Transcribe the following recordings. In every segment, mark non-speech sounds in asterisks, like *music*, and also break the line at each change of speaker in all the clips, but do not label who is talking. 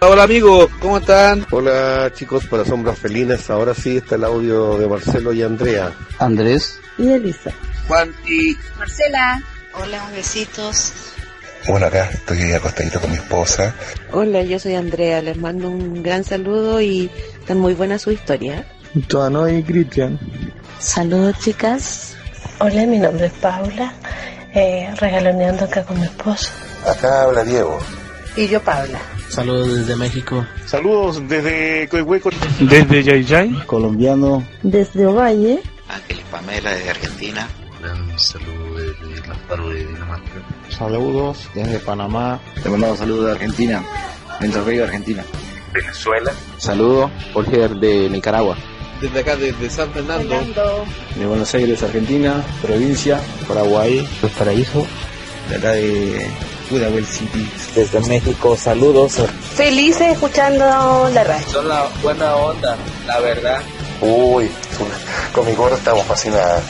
Hola amigos, ¿cómo están?
Hola chicos, para Sombras Felinas, ahora sí está el audio de Marcelo y Andrea.
Andrés.
Y Elisa.
Juan y...
Marcela. Hola, un besitos.
Bueno, acá estoy acostadito con mi esposa.
Hola, yo soy Andrea, les mando un gran saludo y están muy buena su historia.
Toano y Cristian.
Saludos chicas.
Hola, mi nombre es Paula, eh, regaloneando acá con mi esposo.
Acá habla Diego.
Y yo Paula.
Saludos desde México.
Saludos desde Coihueco.
Desde Yayay.
Colombiano.
Desde Ovalle.
Ángeles Pamela desde Argentina.
Un saludo desde Lamparo de Dinamarca.
Saludos desde Panamá.
Te mandamos saludos de Argentina. Entre Río, Argentina.
Venezuela.
Saludos, Jorge de Nicaragua.
Desde acá, desde San Fernando. Fernando.
De Buenos Aires, Argentina. Provincia. Paraguay.
Los Paraíso.
De acá de Pudahuel City.
Desde México, saludos.
Felices escuchando la radio.
Son la buena onda, la verdad.
Uy, con mi gorro estamos fascinadas.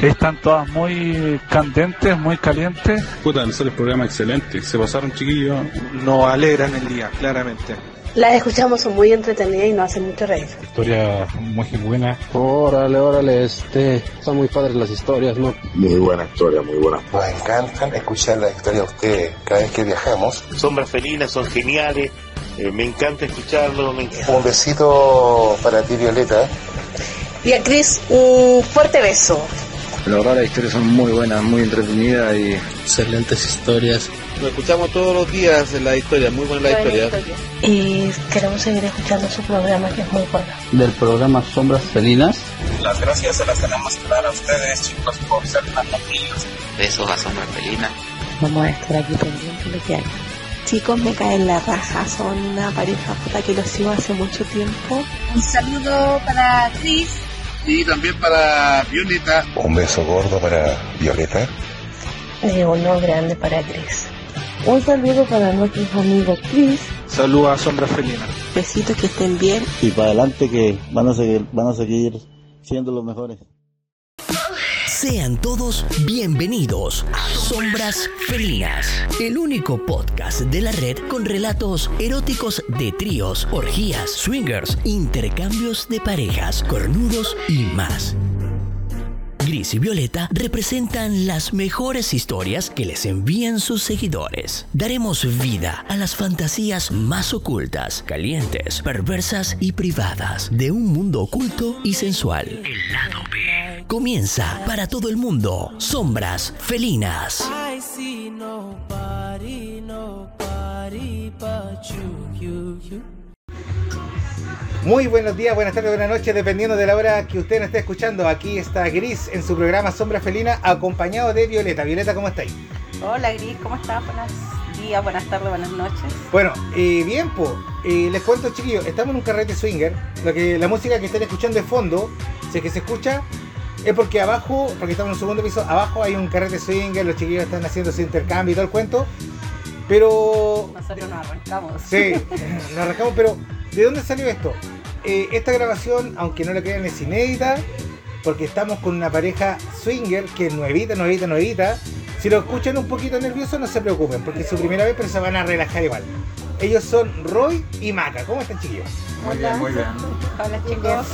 Están todas muy candentes, muy calientes.
Puta, les sale el programa excelente. Se pasaron chiquillos.
Nos alegran el día, claramente.
Las escuchamos, son muy entretenidas y nos hacen mucho reír.
Historia muy buena.
Órale, órale, este. Son muy padres las historias, ¿no?
Muy buena historia, muy buena.
Nos encantan escuchar las historias de ustedes cada vez que viajamos.
Sombras felinas, son geniales. Eh, me encanta escucharlo. Me encanta.
Un besito para ti, Violeta.
Y a Cris, un fuerte beso.
La verdad, las historias son muy buenas, muy entretenidas y.
Excelentes historias.
Lo escuchamos todos los días en la historia, muy buena la historia.
Y queremos seguir escuchando su programa que es muy bueno.
Del programa Sombras Felinas.
Las gracias se las tenemos que dar a ustedes, chicos, por ser tan amigos.
Besos a Sombras Felinas.
Vamos a estar aquí pendientes de lo que hagan. Chicos, me caen la raja, son una pareja puta que los sigo hace mucho tiempo.
Un saludo para Cris.
Y también para Violeta.
Un beso gordo para Violeta.
Y uno grande para Cris.
Un saludo para nuestros amigos Chris.
Saludos a Sombra Felina.
Besitos que estén bien.
Y para adelante que van a seguir, van a seguir siendo los mejores.
Sean todos bienvenidos a Sombras Felinas, el único podcast de la red con relatos eróticos de tríos, orgías, swingers, intercambios de parejas, cornudos y más. Gris y Violeta representan las mejores historias que les envían sus seguidores. Daremos vida a las fantasías más ocultas, calientes, perversas y privadas de un mundo oculto y sensual. El lado B. Comienza para todo el mundo. Sombras felinas.
Muy buenos días, buenas tardes, buenas noches, dependiendo de la hora que usted nos esté escuchando. Aquí está Gris en su programa Sombra Felina, acompañado de Violeta. Violeta, ¿cómo estáis?
Hola Gris, ¿cómo estás? Buenos días, buenas tardes, buenas noches.
Bueno, eh, bien, po. Eh, les cuento, chiquillos, estamos en un carrete swinger. Lo que, la música que están escuchando de fondo, si es que se escucha, es porque abajo, porque estamos en un segundo piso, abajo hay un carrete swinger, los chiquillos están haciendo su intercambio y todo el cuento. Pero.
Nosotros nos arrancamos. *laughs*
Sí, nos arrancamos, pero ¿de dónde salió esto? Eh, esta grabación, aunque no la crean, es inédita, porque estamos con una pareja swinger que es nuevita, nuevita, nuevita. Si lo escuchan un poquito nervioso, no se preocupen, porque es su primera vez, pero se van a relajar igual. Ellos son Roy y Maca. ¿Cómo están, chiquillos?
Muy bien, muy bien. Hola, chicos.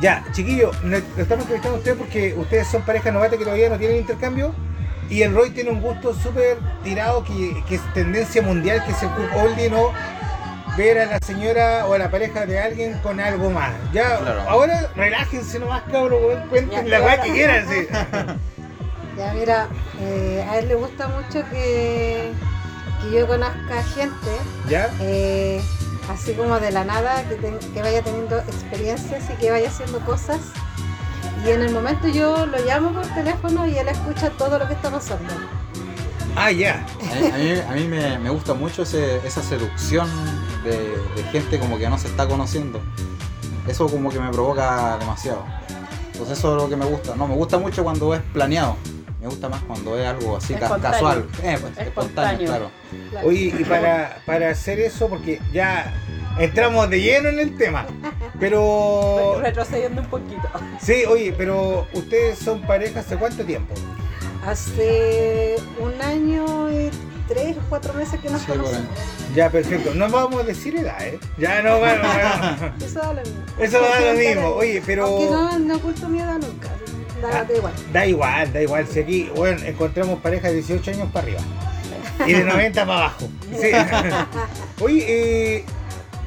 Ya, chiquillos, nos estamos entrevistando a ustedes porque ustedes son pareja novata que todavía no tienen intercambio. Y el Roy tiene un gusto súper tirado que, que, es tendencia mundial, que es el hoy no ver a la señora o a la pareja de alguien con algo más. Ya, claro. ahora relájense nomás, cabrón, cuenten la weá que quieran. Sí.
ya, mira, eh, a él le gusta mucho que, que yo conozca gente.
¿Ya?
Eh, así como de la nada, que, te, que vaya teniendo experiencias y que vaya haciendo cosas y en el momento yo lo llamo por teléfono y él escucha todo lo que está pasando.
Ah, ya.
Yeah. A, mí, a mí me, me, gusta mucho ese, esa seducción de, de, gente como que no se está conociendo. Eso como que me provoca demasiado. Entonces eso es lo que me gusta. No, me gusta mucho cuando es planeado. Me gusta más cuando es algo así ca casual. Eh, pues, espontáneo, espontáneo, claro.
claro. Oye, y para, para hacer eso, porque ya entramos de lleno en el tema. Pero.
Retrocediendo un poquito.
Sí, oye, pero ustedes son pareja hace cuánto tiempo?
Hace un año y
tres o cuatro meses que nos conocemos.
Ya, perfecto. No vamos a decir edad, ¿eh? Ya no,
*laughs*
bueno, bueno.
Eso da lo mismo.
Eso
Porque
da lo
siempre-
mismo. Oye, pero- Ah.
Aunque no, no oculto mi edad nunca. Da, da igual.
Da igual, da igual. Si aquí, bueno, encontramos parejas de 18 años para arriba. Y de 90 para abajo.
*laughs*
Sí. Oye, eh,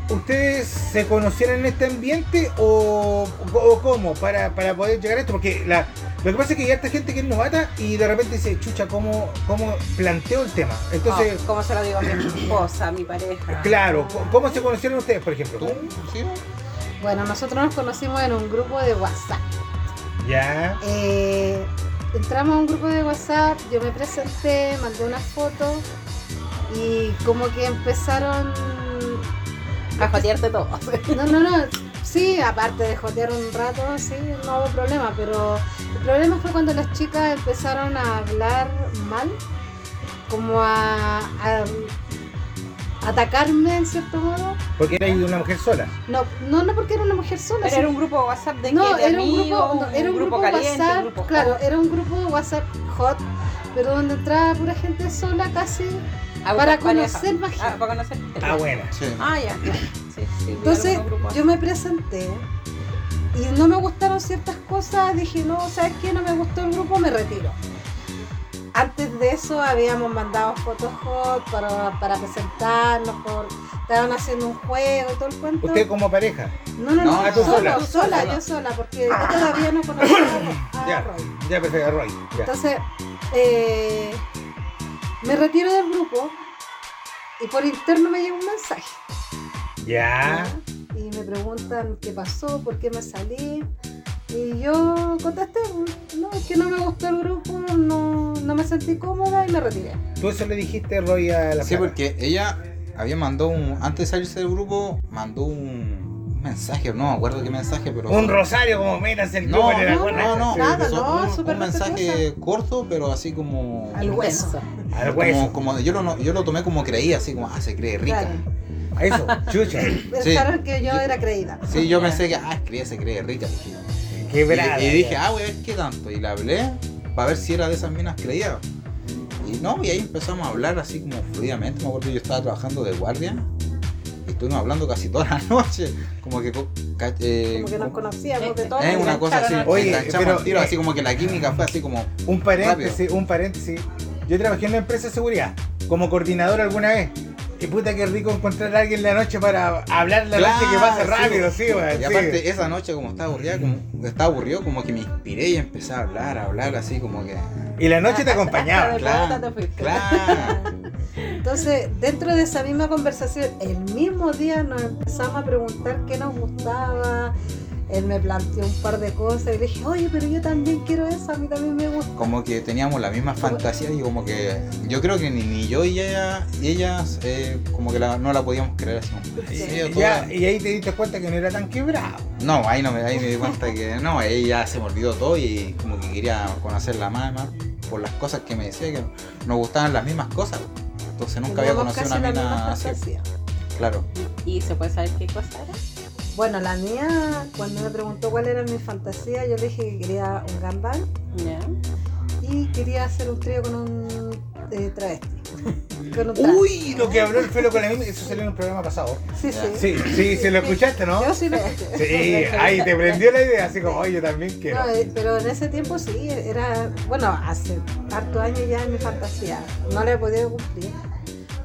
¿ustedes se conocieron en este ambiente o, o cómo? Para, para poder llegar a esto. Porque la, lo que pasa es que hay harta gente que es novata y de repente dice, chucha, ¿cómo, cómo planteo el tema? Entonces,
No, ¿Cómo se lo digo a mi esposa, a mi pareja?
claro, ¿cómo- ¿cómo se conocieron ustedes, por ejemplo?
Bueno, nosotros nos conocimos en un grupo de WhatsApp.
Ya.
Eh, entramos a un grupo de WhatsApp, yo me presenté, mandé unas fotos y como que empezaron a jotearte todo. *laughs* No, no, no. Sí, aparte de jotear un rato, sí, no hubo problema, pero el problema fue cuando las chicas empezaron a hablar mal, como a, a atacarme en cierto modo.
Porque era una mujer sola.
No, no, no porque era una mujer sola.
Pero
sino-
era un grupo WhatsApp de
no,
qué, de
era un
amigos,
grupo, no, era un grupo,
caliente,
WhatsApp,
un grupo
claro,
hot.
era un grupo de WhatsApp hot, pero donde entraba pura gente sola casi para
Ah, buscar pareja.
conocer más gente.
para conocer.
Ah, bueno.
Ah, *laughs* ya.
Sí, sí,
Entonces
algunos grupos
yo me presenté y no me gustaron ciertas cosas, dije, no, ¿sabes qué? No me gustó el grupo, me retiro. Antes de eso habíamos mandado fotos hot para, para presentarnos, por, estaban haciendo un juego y todo el cuento.
Usted como pareja.
No, no, no,
Ah, tú
solo,
sola.
sola, yo sola, porque yo todavía no conocía a Roy.
*coughs* Ya, ya, pues, perfecto, Roy. ya.
Entonces, eh, me retiro del grupo y por interno me llega un mensaje
Ya.
y me preguntan qué pasó, por qué me salí. Y yo contesté, no, es que no me gustó el grupo, no, no me sentí cómoda y me retiré.
Tú eso le dijiste, Roy, a la
Sí,
Plata.
porque ella había mandado un. Antes de salirse del grupo, mandó un un mensaje, no me acuerdo qué mensaje, pero.
Un rosario como metas el
No,
cobre, ¿te
no,
acuerdas?
no, no,
Nada,
pero son
no,
un- un,
súper
mensaje corto, pero así como.
Al hueso.
Al hueso.
Como, como- yo, lo, yo lo tomé como creía, así como, ah, se cree rica.
Claro.
A eso, chucha.
Pensaron que yo era creída.
Sí, yo pensé que, ah, creía, se cree rica. dije.
Qué
Y-
brava,
Y, dije,
ya.
ah, voy a ver qué tanto. Y la hablé para ver si era de esas minas creídas. Y no, y ahí empezamos a hablar así como fluidamente. Me acuerdo que yo estaba trabajando de guardia y estuvimos hablando casi toda la *laughs* noche. Como que. co- ca- eh,
Como que nos conocíamos de todo.
es Eh, una cosa así,
Oye,
Oye, enganchamos
pero-
al tiro, así como que la química fue así como
Un paréntesis,
rápido.
un paréntesis. Yo trabajé en una empresa de seguridad, como coordinador alguna vez. Y puta que rico encontrar a alguien en la noche para hablar la noche que pasa
Claro,
rápido, sí,
Y
weón. Ah, sí.
aparte esa noche como estaba aburrida, como estaba aburrido, como que me inspiré y empecé a hablar, a hablar así como que.
Y la
*laughs*
noche te acompañaba.
Claro.
Entonces, dentro de esa misma conversación, el mismo día nos empezamos a preguntar qué nos gustaba. Él me planteó un par de cosas y le dije, oye, pero yo también quiero eso, a mí también me gusta.
Como que teníamos la misma fantasía y como que yo creo que ni, ni yo y ella y ellas eh, como que la- no la podíamos creer así. como, "Sí, yo toda-
Ya, y ahí te diste cuenta que no era tan quebrado.
No, ahí no me, ahí me di cuenta que no, ahí ya se me olvidó todo y como que quería conocerla más, más por las cosas que me decía que nos gustaban las mismas cosas. Entonces nunca había
Teníamos
conocido
casi
una
la misma
mina así.
fantasía.
Claro.
¿Y se puede saber qué cosa era?
Bueno, la mía, cuando me preguntó cuál era mi fantasía, yo le dije que quería un gambán y quería hacer un trío con un eh, travesti. Con un trans.
Uy, lo que habló el pelo con la misma, eso salió en un programa pasado.
Sí, sí.
Sí, sí, sí, lo escuchaste, ¿no?
Yo sí lo
Sí, ahí te prendió la idea, así como, oye, yo también quiero.
No, eh, pero en ese tiempo sí, era, bueno, hace harto años ya en mi fantasía. No la he podido cumplir.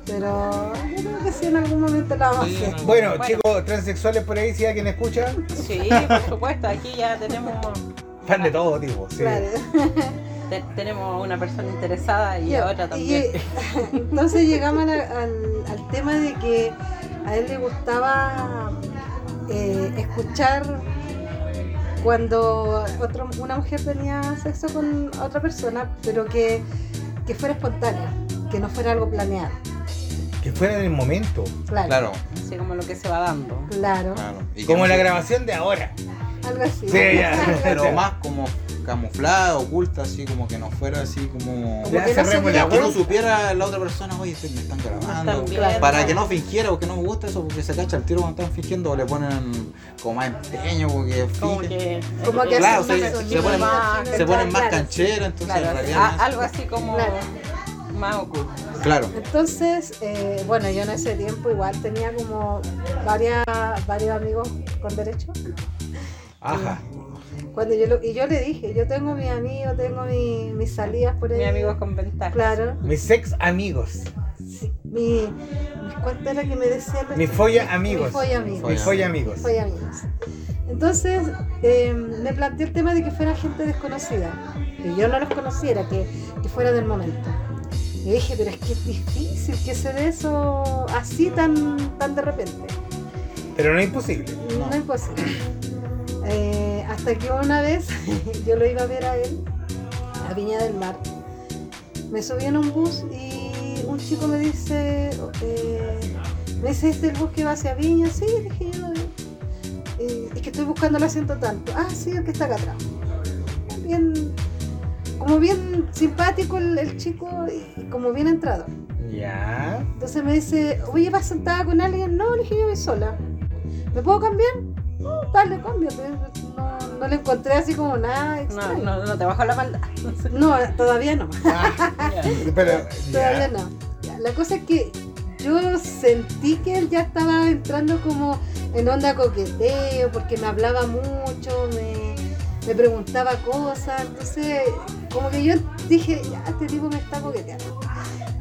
Pero yo creo que sí en algún momento la vamos a hacer.
Bueno, chicos, transexuales por ahí, si alguien escucha,
*laughs*
Sí, por supuesto, aquí ya tenemos
fan de todo tipo, sí.
Claro. Te- tenemos una persona interesada y a otra también.
eh, Y, entonces llegamos a la- al, al tema de que a él le gustaba eh, escuchar cuando otro- una mujer tenía sexo con otra persona, pero que, que fuera espontáneo, que no fuera algo planeado.
Que fuera en el momento.
Claro.
Claro.
Así como lo que se va dando.
Claro,
Y
Como
que-
la grabación de ahora.
algo así.
Sí, *laughs* ya.
Pero más como camuflada, oculta, así como que no fuera así como.
Como Ya que no cerremos se la
que pues, no
cuenta.
supiera la otra persona, oye, se me están grabando.
están viendo.
Para que no fingiera, porque no me gusta eso, porque se cacha el tiro cuando están fingiendo o le ponen como más empeño, porque
Como
fingen.
que,
Como que
Claro,
hacen
se-
más
se ponen
sonido,
más-
más-
se ponen más
claro, Ah,
cancheras, entonces
Claro,
en realidad
a-
no es-
algo así como más oculto.
Claro.
Entonces, eh, bueno, yo en ese tiempo igual tenía como varias, varios amigos con derecho.
Ajá.
Cuando yo lo- y yo le dije, yo tengo mis amigos, tengo mi- mis salidas por ahí.
Mis amigos con ventajas.
Claro.
Mis sex amigos.
Mi, mis cuánto era que me decían.
Mis folla amigos.
Mis folla amigos.
Mis folla amigos.
Mis folla amigos. Entonces, eh, me planteé el tema de que fuera gente desconocida, que yo no los conociera, que, que fuera del momento. Y dije, pero es que es difícil que se dé eso así tan, tan de repente.
Pero no es imposible.
No es posible. Eh, hasta que una vez yo lo iba a ver a él, a Viña del Mar. Me subí en un bus y un chico me dice, eh, me dice, ¿este es el bus que va hacia Viña? Sí, le dije yo. eh, es que estoy buscando el asiento tanto. Ah, sí, el que está acá atrás. Bien, como bien simpático el, el chico y como bien entrado.
Ya.
Entonces me dice, oye, ¿vas sentada con alguien? No, le dije, yo voy sola. ¿Me puedo cambiar? "Mm, dale, cámbiate. No, no le encontré así como nada Ah, extraño.
No, no, no te bajó la maldad.
*laughs* No, eh, todavía no.
Pero.
Todavía
ya.
no. Ya, La cosa es que yo sentí que él ya estaba entrando como en onda coqueteo, porque me hablaba mucho, me, me preguntaba cosas, entonces como que yo dije, ya, este tipo me está coqueteando.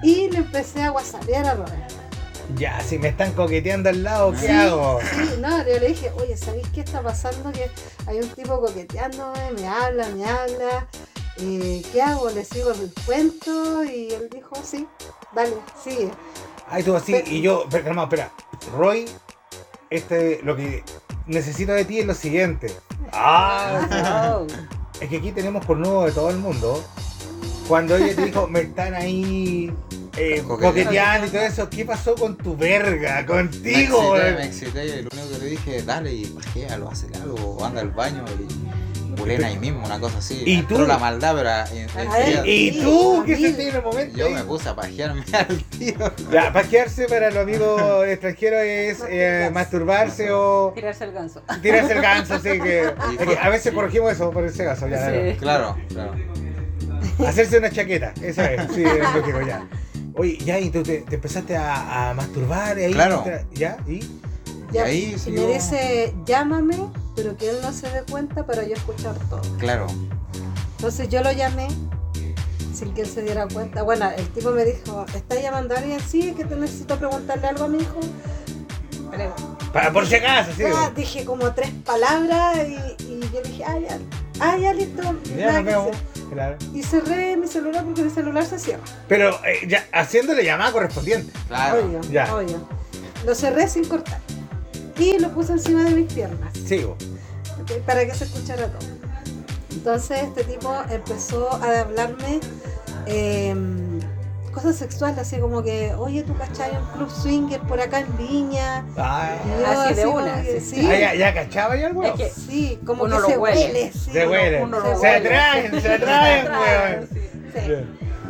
Y le empecé a whatsappear a Robert.
Ya, si me están coqueteando al lado, ¿qué
Sí,
hago?
sí, no, yo le dije, oye, ¿sabéis qué está pasando? Que hay un tipo coqueteándome, me habla, me habla. eh, ¿Qué hago? ¿Le sigo el cuento? Y él dijo, sí, dale, sigue.
Ay, tú así, y yo, pero calmado, espera. Roy, este, lo que necesito de ti es lo siguiente. Ah,
oh.
es que aquí tenemos cornudo de todo el mundo. Cuando ella te dijo, me están ahí eh, coqueteando y todo eso, ¿qué pasó con tu verga? Contigo,
eh.
me
güey?
excité, me excité y lo único que le dije, dale, y lo hace algo, anda al baño y bulena ahí mismo, una cosa así.
¿Y
Entró
tú?
la maldad, pero. ah, en-
Ah,
A
enseguida-
ver,
¿eh?
¿y tú qué sentí en el momento?
Yo me puse a pajearme *laughs* al tío.
Ya, pajearse para
*laughs*
los amigos extranjeros es eh, masturbarse o
Tirarse el ganso.
tirarse el ganso, así que,
*laughs*
Y
es que a veces corregimos eso por ese caso, ya.
Sí.
Claro, claro.
Hacerse una chaqueta, eso es,
*laughs*
sí, es lógico, ya. Oye, ya, y tú te, te empezaste a, a masturbar ahí.
Claro.
Ya, y.
Y ahí
y
siguió.
me dice, llámame, pero que él no se dé cuenta para yo escuchar todo.
Claro.
Entonces yo lo llamé sin que él se diera *laughs* cuenta. Bueno, el tipo me dijo, ¿está llamando a alguien? Sí, es que te necesito preguntarle algo a mi hijo. Pero-
Para por si acaso, sí.
Ah, dije como tres palabras y, y yo dije, ah, ya, ah, ya listo.
Ya
Nada que
nos vemos.
hacer.
Claro.
Y cerré mi celular porque mi celular se cierra.
Pero eh, ya, haciéndole llamada correspondiente.
Claro.
Obvio,
Ya.
obvio. oh, Lo cerré sin cortar. Y lo puse encima de mis piernas
Sigo.
¿ok? para que se escuchara todo. Entonces este tipo empezó a hablarme eh, cosas sexuales, así como que, oye, tú cachai un club swinger por acá en Viña.
Ah,
Y yo
Así de
como
una,
que,
sí.
sí.
Ah, ya, ya cachaba ya el
Es
weón.
que Pues sí, como
uno
que
lo
se
huele.
huele, sí.
Se huelen.
uno lo
Se
huele.
atraen, se atraen, weón.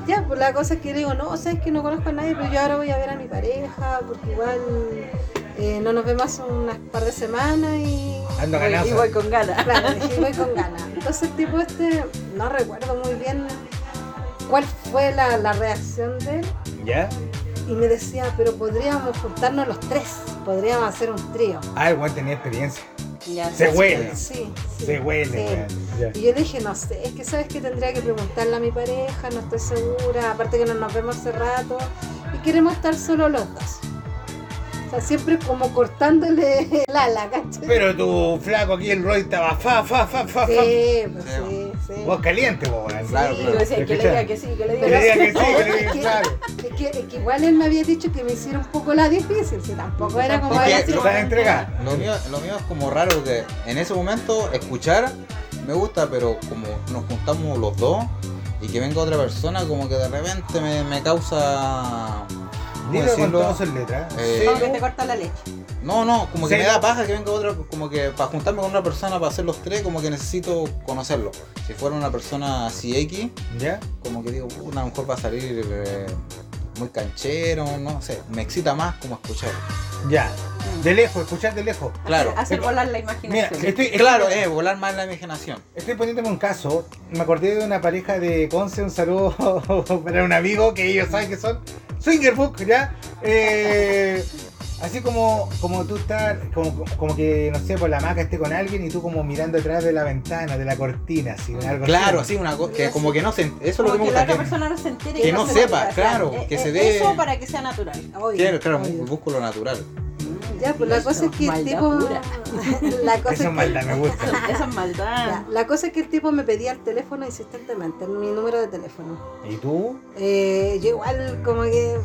Ya.
Ya, pues la cosa es que digo, no, o sea, es que no conozco a nadie, pero yo ahora voy a ver a mi pareja, porque igual eh, no nos vemos hace unas par de semanas y...
Ando
Voy-
ganazo.
y voy con ganas.
Claro, dije, voy con ganas. Entonces, el tipo este, no recuerdo muy bien cuál fue la, la reacción de él,
¿Ya?
y me decía, pero podríamos juntarnos los tres, podríamos hacer un trío.
Ah, el weón tenía experiencia.
*laughs* Ya,
Se
sí,
huele.
Sí, sí.
Se huele,
Sí.
weón. Ya.
Y yo le dije, no sé, es que sabes que tendría que preguntarle a mi pareja, no estoy segura, aparte que no nos vemos hace rato y queremos estar solo los dos. O sea, siempre como cortándole el ala, ¿cachai?
Pero tu flaco aquí, el Roy, estaba fa, fa, fa, fa, fa.
Sí, pues sí, sí.
Vos caliente, vos, weón.
Claro, yo decía que le diga que sí, que le diga
Que le diga que sí, que le
Es que-
diga que claro.
Es que, es que igual él me había dicho que me hiciera un poco la difícil, si tampoco era como
Es que
así
lo-
como-
Lo mío, lo mío es como raro que en ese momento escuchar me gusta, pero como nos juntamos los dos y que venga otra persona, como que de repente me, me causa. ¿cómo
Dilo con
decirlo?
todas sus letras.
Eh,
Como Ah, que te corta la leche.
No, no, como que
Sí.
me da paja que venga otra, como que para juntarme con una persona para hacer los tres, como que necesito conocerlo. Si fuera una persona así X,
¿Ya?
como que digo, "Puta, a lo mejor va a salir eh, muy canchero, no sé, me excita más como escucharlo.
Ya. De lejos, escuchar de lejos.
Ah,
Claro.
Hacer volar la
Mira,
imaginación.
estoy,
Claro, eh, volar más la imaginación.
Estoy poniéndome un caso. Me acordé de una pareja de Conce, un saludo *laughs* para un amigo que ellos saben que son Swingerbook, ¿ya? Eh, así como, como tú estás, como, como que, no sé, por la maca esté con alguien y tú como mirando detrás de la ventana, de la cortina, así, algo
Claro, así, una co- que como que no se. Eso es lo que me
Como que la
gusta.
otra
Que,
persona no se entere.
que no
se
sepa,
meta,
claro,
eh,
que
eh,
se dé-
Eso para que sea natural. obvio.
claro, claro, un músculo natural.
Ya, pues la cosa es que el
maldad
tipo.
pura.
*laughs* La cosa es que-
me gusta.
Esa es maldad.
Ya, la cosa es que el tipo me pedía el teléfono insistentemente, mi número de teléfono.
¿Y tú?
Eh, yo igual como que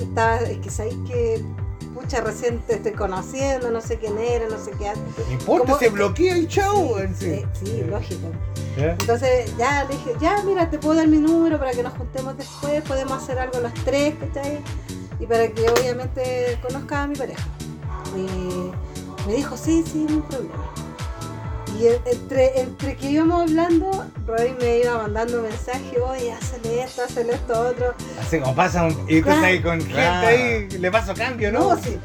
estaba, es que sabéis que pucha recién te estoy conociendo, no sé quién era, no sé qué hace.
No importa,
Como-
se bloquea y chau.
Sí, eh, sí, lógico.
¿Ya?
Entonces ya le dije, ya mira, te puedo dar mi número para que nos juntemos después, podemos hacer algo los tres, ¿cachai? Y para que obviamente conozca a mi pareja. Y me dijo, sí, sí, no hay problema. Y en- entre, entre que íbamos hablando, Roy me iba mandando mensajes, oye, hazle esto, hazle esto, otro.
Así como pasa un, y tú
Claro.
estás ahí con gente
Claro.
ahí, le paso cambio, ¿no?
No, sí.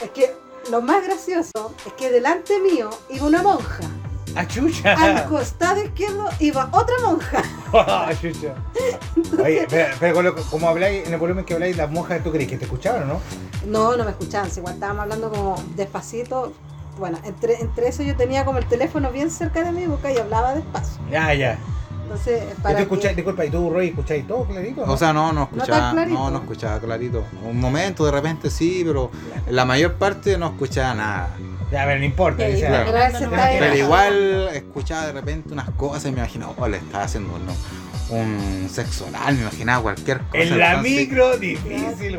Es que lo más gracioso es que delante mío iba una monja.
Ah, ¡Achucha!
Ah,
Al costado izquierdo iba otra monja.
¡Achucha! Oye, pero, pero con lo- como habláis, en el volumen que habláis, las monjas, ¿tú crees que te escucharon o no?
No, no me escuchaban, si igual estábamos hablando como despacito. Bueno, entre, entre eso yo tenía como el teléfono bien cerca de mi boca y hablaba despacio.
Ya, ya.
Entonces,
¿Y tú
para
escucháis, disculpa, y tú, Roy, escucháis todo clarito?
O sea, no, no
tan
escuchaba, no,
clarito.
no, escuchaba clarito. Un momento de repente sí, pero la mayor parte no escuchaba nada.
Ya, pero no importa. o sea,
Claro.
pero él se está
Pero
relajando.
igual escuchaba de repente unas cosas y me imaginaba, oh, le estaba haciendo un, un sexo oral, me imaginaba cualquier cosa.
En la
entonces-
micro, difícil,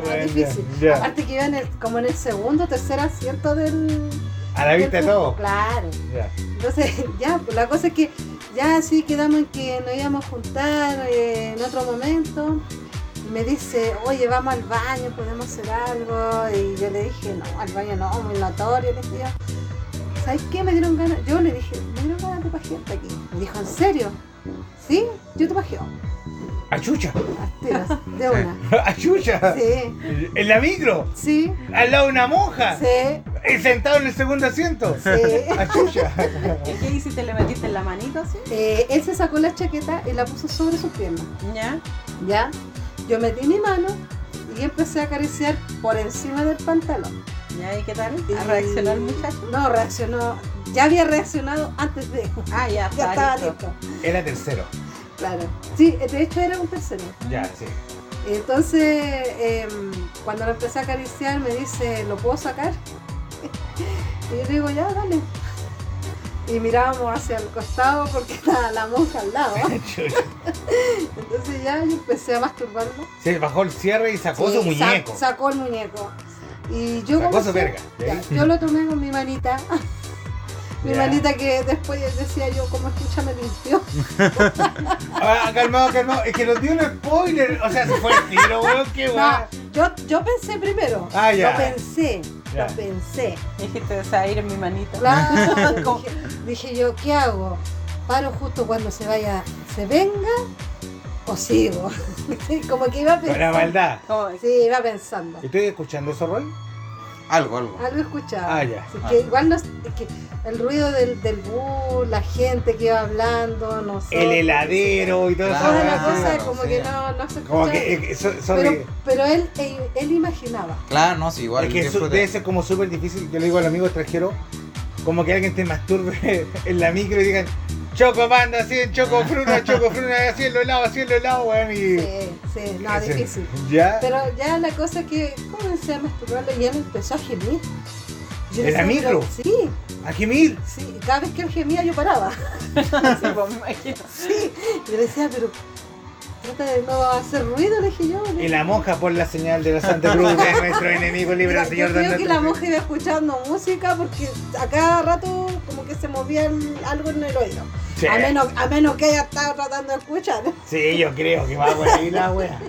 que-
güey.
Ah, difícil.
ya.
Aparte que iba en el- como en el segundo o tercer asiento del...
A la vista de
del-
todo.
Claro.
Ya.
Entonces, *laughs* ya, pues la cosa es que ya sí quedamos en que nos íbamos a juntar eh, en otro momento. Y Me dice, oye, vamos al baño, podemos hacer algo. Y yo le dije, no, al baño no, muy notorio, le dije yo. ¿Sabes qué? Me dieron ganas, yo le dije, me dieron ganas de pajearte aquí. Me dijo, ¿en serio? Sí, yo te pajeo.
¡Achucha!
Tiras,
*laughs*
de una.
¡Achucha!
Sí.
¿En la micro?
Sí.
¿Al lado de una monja?
Sí.
¿Y sentado en el segundo asiento?
Sí.
¡Achucha!
¿Y qué hiciste? ¿Le metiste en la manito así?
Eh, él se sacó la chaqueta y la puso sobre sus piernas. Ya. Ya. Yo metí mi mano y empecé a acariciar por encima del pantalón.
Ya, ¿y qué tal? ¿A reaccionar muchacho?
eh, No, reaccionó. Ya había reaccionado antes de.
Ah, ya,
ya
está
estaba
listo.
listo.
Era tercero.
Claro. Sí, de hecho era un tercero. *laughs*
Ya, sí. *laughs*
Entonces, em, cuando lo empecé a acariciar, me dice, ¿lo puedo sacar? *laughs* y yo le digo, ya, dale. Y mirábamos hacia el costado porque *laughs* estaba la monja al lado. Entonces ya yo empecé a masturbarme.
Se bajó el cierre y sacó
Sí,
su
sa-
muñeco.
Sacó el muñeco. Y yo
Sacó
como
su
que-
verga.
ya,
¿eh?
yo lo tomé con mi
*laughs*
manita. mi
Ya.
manita que después decía yo, como escucha me
*laughs*
limpió.
Ah, calmado, calmado. Es que nos dio un spoiler. O sea, se fue el
*laughs*
tiro, weón. Qué guay.
No, yo, yo pensé primero.
Ah, ya.
Lo pensé.
Ya.
Lo pensé.
Dijiste, se va a ir en mi manita.
Claro, *laughs* dije, dije yo, ¿qué hago? ¿Paro justo cuando se vaya, se venga o sigo? *laughs* Sí, Como que iba
Con la
pensando.
maldad.
Sí, iba pensando.
¿Estoy escuchando eso, Roy?
Algo, algo.
Algo escuchaba.
Ah, ya.
Así
Ah.
que igual no, es que el ruido del, del bus, la gente que iba hablando, no sé.
El heladero y todo eso. Ah,
Toda la cosa como que no, no se
Como
escuchaba.
que, eh, so- son
pero,
de-
pero él, él, él imaginaba.
Claro, no, sí, igual.
Es que
yo
su-
disfruté.
debe ser como súper difícil. Yo le digo al amigo extranjero, como que alguien te masturbe *laughs* en la micro y digan, choco panda, así en choco fruna, choco fruna, así en lo helado, así en lo helado, weón. Y...
Sí, sí, no,
Ese-
difícil.
¿Ya?
Pero ya la cosa es que comencé a masturbarlo este y él empezó a gemir. Yo
¿En la
decía, pero-
micro?
Sí,
¿A qué mil?
sí. Cada vez que él gemía yo paraba. *laughs* sí, pues me imagino. Sí. Yo decía, pero trata de no hacer ruido, le dije yo. ¿no?
Y la monja por la señal de la Santa Cruz de nuestro enemigo
*laughs*
libre,
Mira,
al señor
yo creo
Don
que la
Nuestro-
monja iba escuchando música porque a cada rato como que se movía el- algo en el oído.
Sí.
A, menos, a menos que ella estaba tratando de escuchar.
Sí, yo creo que va por ahí la
*laughs*
wea.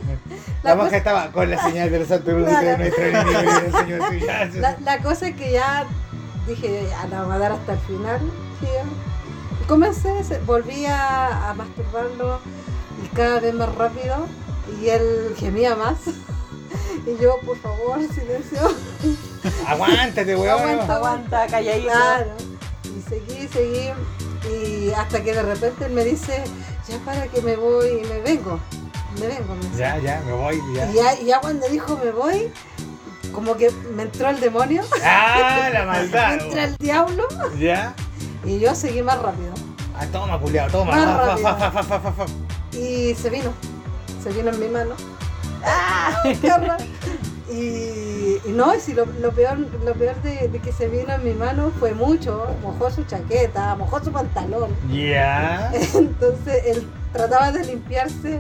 La, monja estaba con la señal de la Santa Cruz de
Claro.
nuestro enemigo libre, al señor sí, ya, sí.
La, la cosa es que ya dije, ya la vamos a dar hasta el final. dije yo. Y comencé, se- volví a, a masturbarlo y cada vez más *laughs* rápido. Y él gemía más. Y yo, por favor, silencio. *laughs*
Aguántate, weón.
Aguanta, aguanta, calladito.
Claro.
Y seguí, seguí. Y hasta que de repente él me dice, ya para que me voy, me vengo. Me vengo. me dice.
Ya, ya, me voy, ya.
Y ya, y ya cuando dijo me voy, como que me entró el demonio.
Ah,
*laughs*
la maldad,
Me entra
weón.
el diablo.
Ya.
Y yo seguí más rápido.
Ah, toma, culiao, toma.
Más
Fa, fa,
rápido.
fa, fa, fa, fa, fa.
Y se vino. Se vino en mi mano. ¡Ah! *laughs* ¡Qué horror! Y, y no, y si lo, lo peor, lo peor de, de que se vino en mi mano fue mucho. Mojó su chaqueta, mojó su pantalón. *laughs*
Ya.
Entonces él trataba de limpiarse.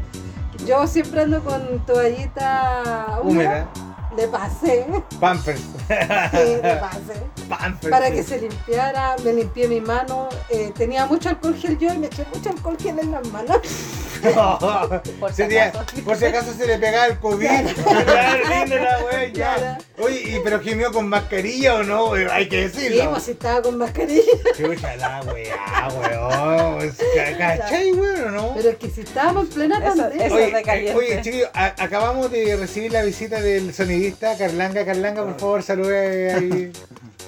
Yo siempre ando con toallita húmeda.
Húmeda.
Le pasé,
Pampers.
le
*laughs*
pasé.
Pampers.
Para que se limpiara, me limpié mi mano. eh, tenía mucho alcohol gel yo y me eché mucho alcohol gel en las manos.
*laughs* por, si acaso. por si acaso se le pegaba el COVID. *laughs* Claro, lindo la wea, ya. Oye, ¿y pero gimió con mascarilla o no? weón? Hay que
Sí,
decirlo.
pues si estaba con mascarilla.
Chucha la weá, weón. Es ca- ¿Cachai, weón, o no?
Pero es que si estábamos en plena pandemia.
Oye, eh, oye, chiquillos, a- acabamos de recibir la visita del sonidista Carlanga. Carlanga, por favor, salude ahí.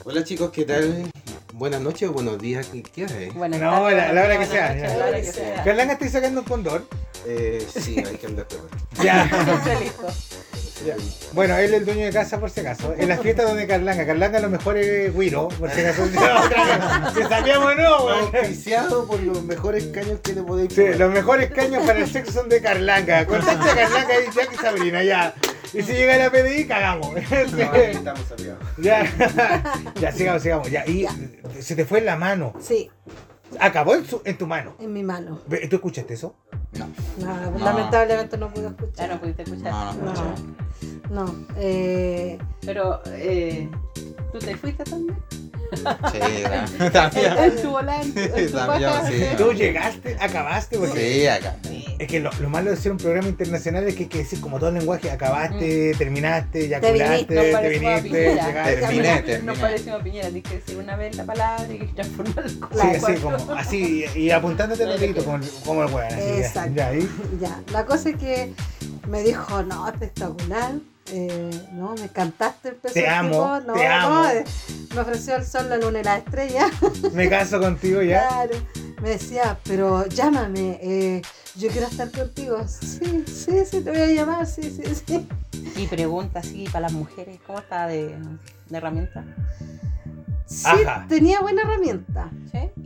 Hola chicos, ¿qué tal? Buenas noches o buenos días, ¿qué, qué hora es?
Buenas No, tardes, la- la hora que buenas sea, noches, ya.
Carlanga
la hora que sea. Carlanga, ¿estás sacando un condor?
Eh, sí, hay que andar perdón.
Ya. Bueno, él es el dueño de casa por si acaso. En las fiestas donde Carlanga. Carlanga lo mejor es Wiro, por
*laughs*
si acaso. Se sabíamos no, weón.
Auspiciado por los mejores caños que le podéis
Sí, los mejores caños para el sexo son de Carlanga.
*laughs*
Contacta a Carlanga y Jack y Sabrina, ya. Y si llega la PDI, cagamos. *laughs*
estamos sabiados. *laughs*
ya. ya, sigamos, sigamos. Ya. Y se te fue en la mano.
Sí,
Acabó en, su- en tu mano.
en mi mano.
Ve, ¿Tú escuchaste eso?
No,
No.
lamentablemente no pude escuchar.
no pudiste escuchar.
No, no, eh,
Pero, eh, ¿tú te fuiste también?
Sí,
*laughs* también. En tu volante, en tu Sí, también, baja. sí.
*laughs* Tú llegaste, acabaste. Porque
Sí, acá.
Es que lo, lo malo de ser un programa internacional es que hay que decir como todo el lenguaje, acabaste,
Mm.
terminaste, eyaculaste,
Nos
te
parecimos a
viniste,
Piñera.
llegaste.
Nos parecimos a Piñera. Tienes que decir una vez la palabra y que transformarla en
Sí, así, como, así, y, y apuntándote al dedito como, como el weón. así, ya.
Exacto.
Ya, ahí.
ya. La cosa es que me dijo, no, espectacular. eh, no, me encantaste. Empezó
Te
el
amo,
tipo, no,
te
no,
amo.
eh, me ofreció el sol, la luna y la estrella.
*laughs* Me caso contigo ya.
Claro. Me decía, pero llámame, eh, yo quiero estar contigo. Sí, sí, sí, te voy a llamar, sí, sí, sí.
Y pregunta así para las mujeres, ¿cómo está de, de herramienta?
Sí,
Ajá.
tenía buena herramienta.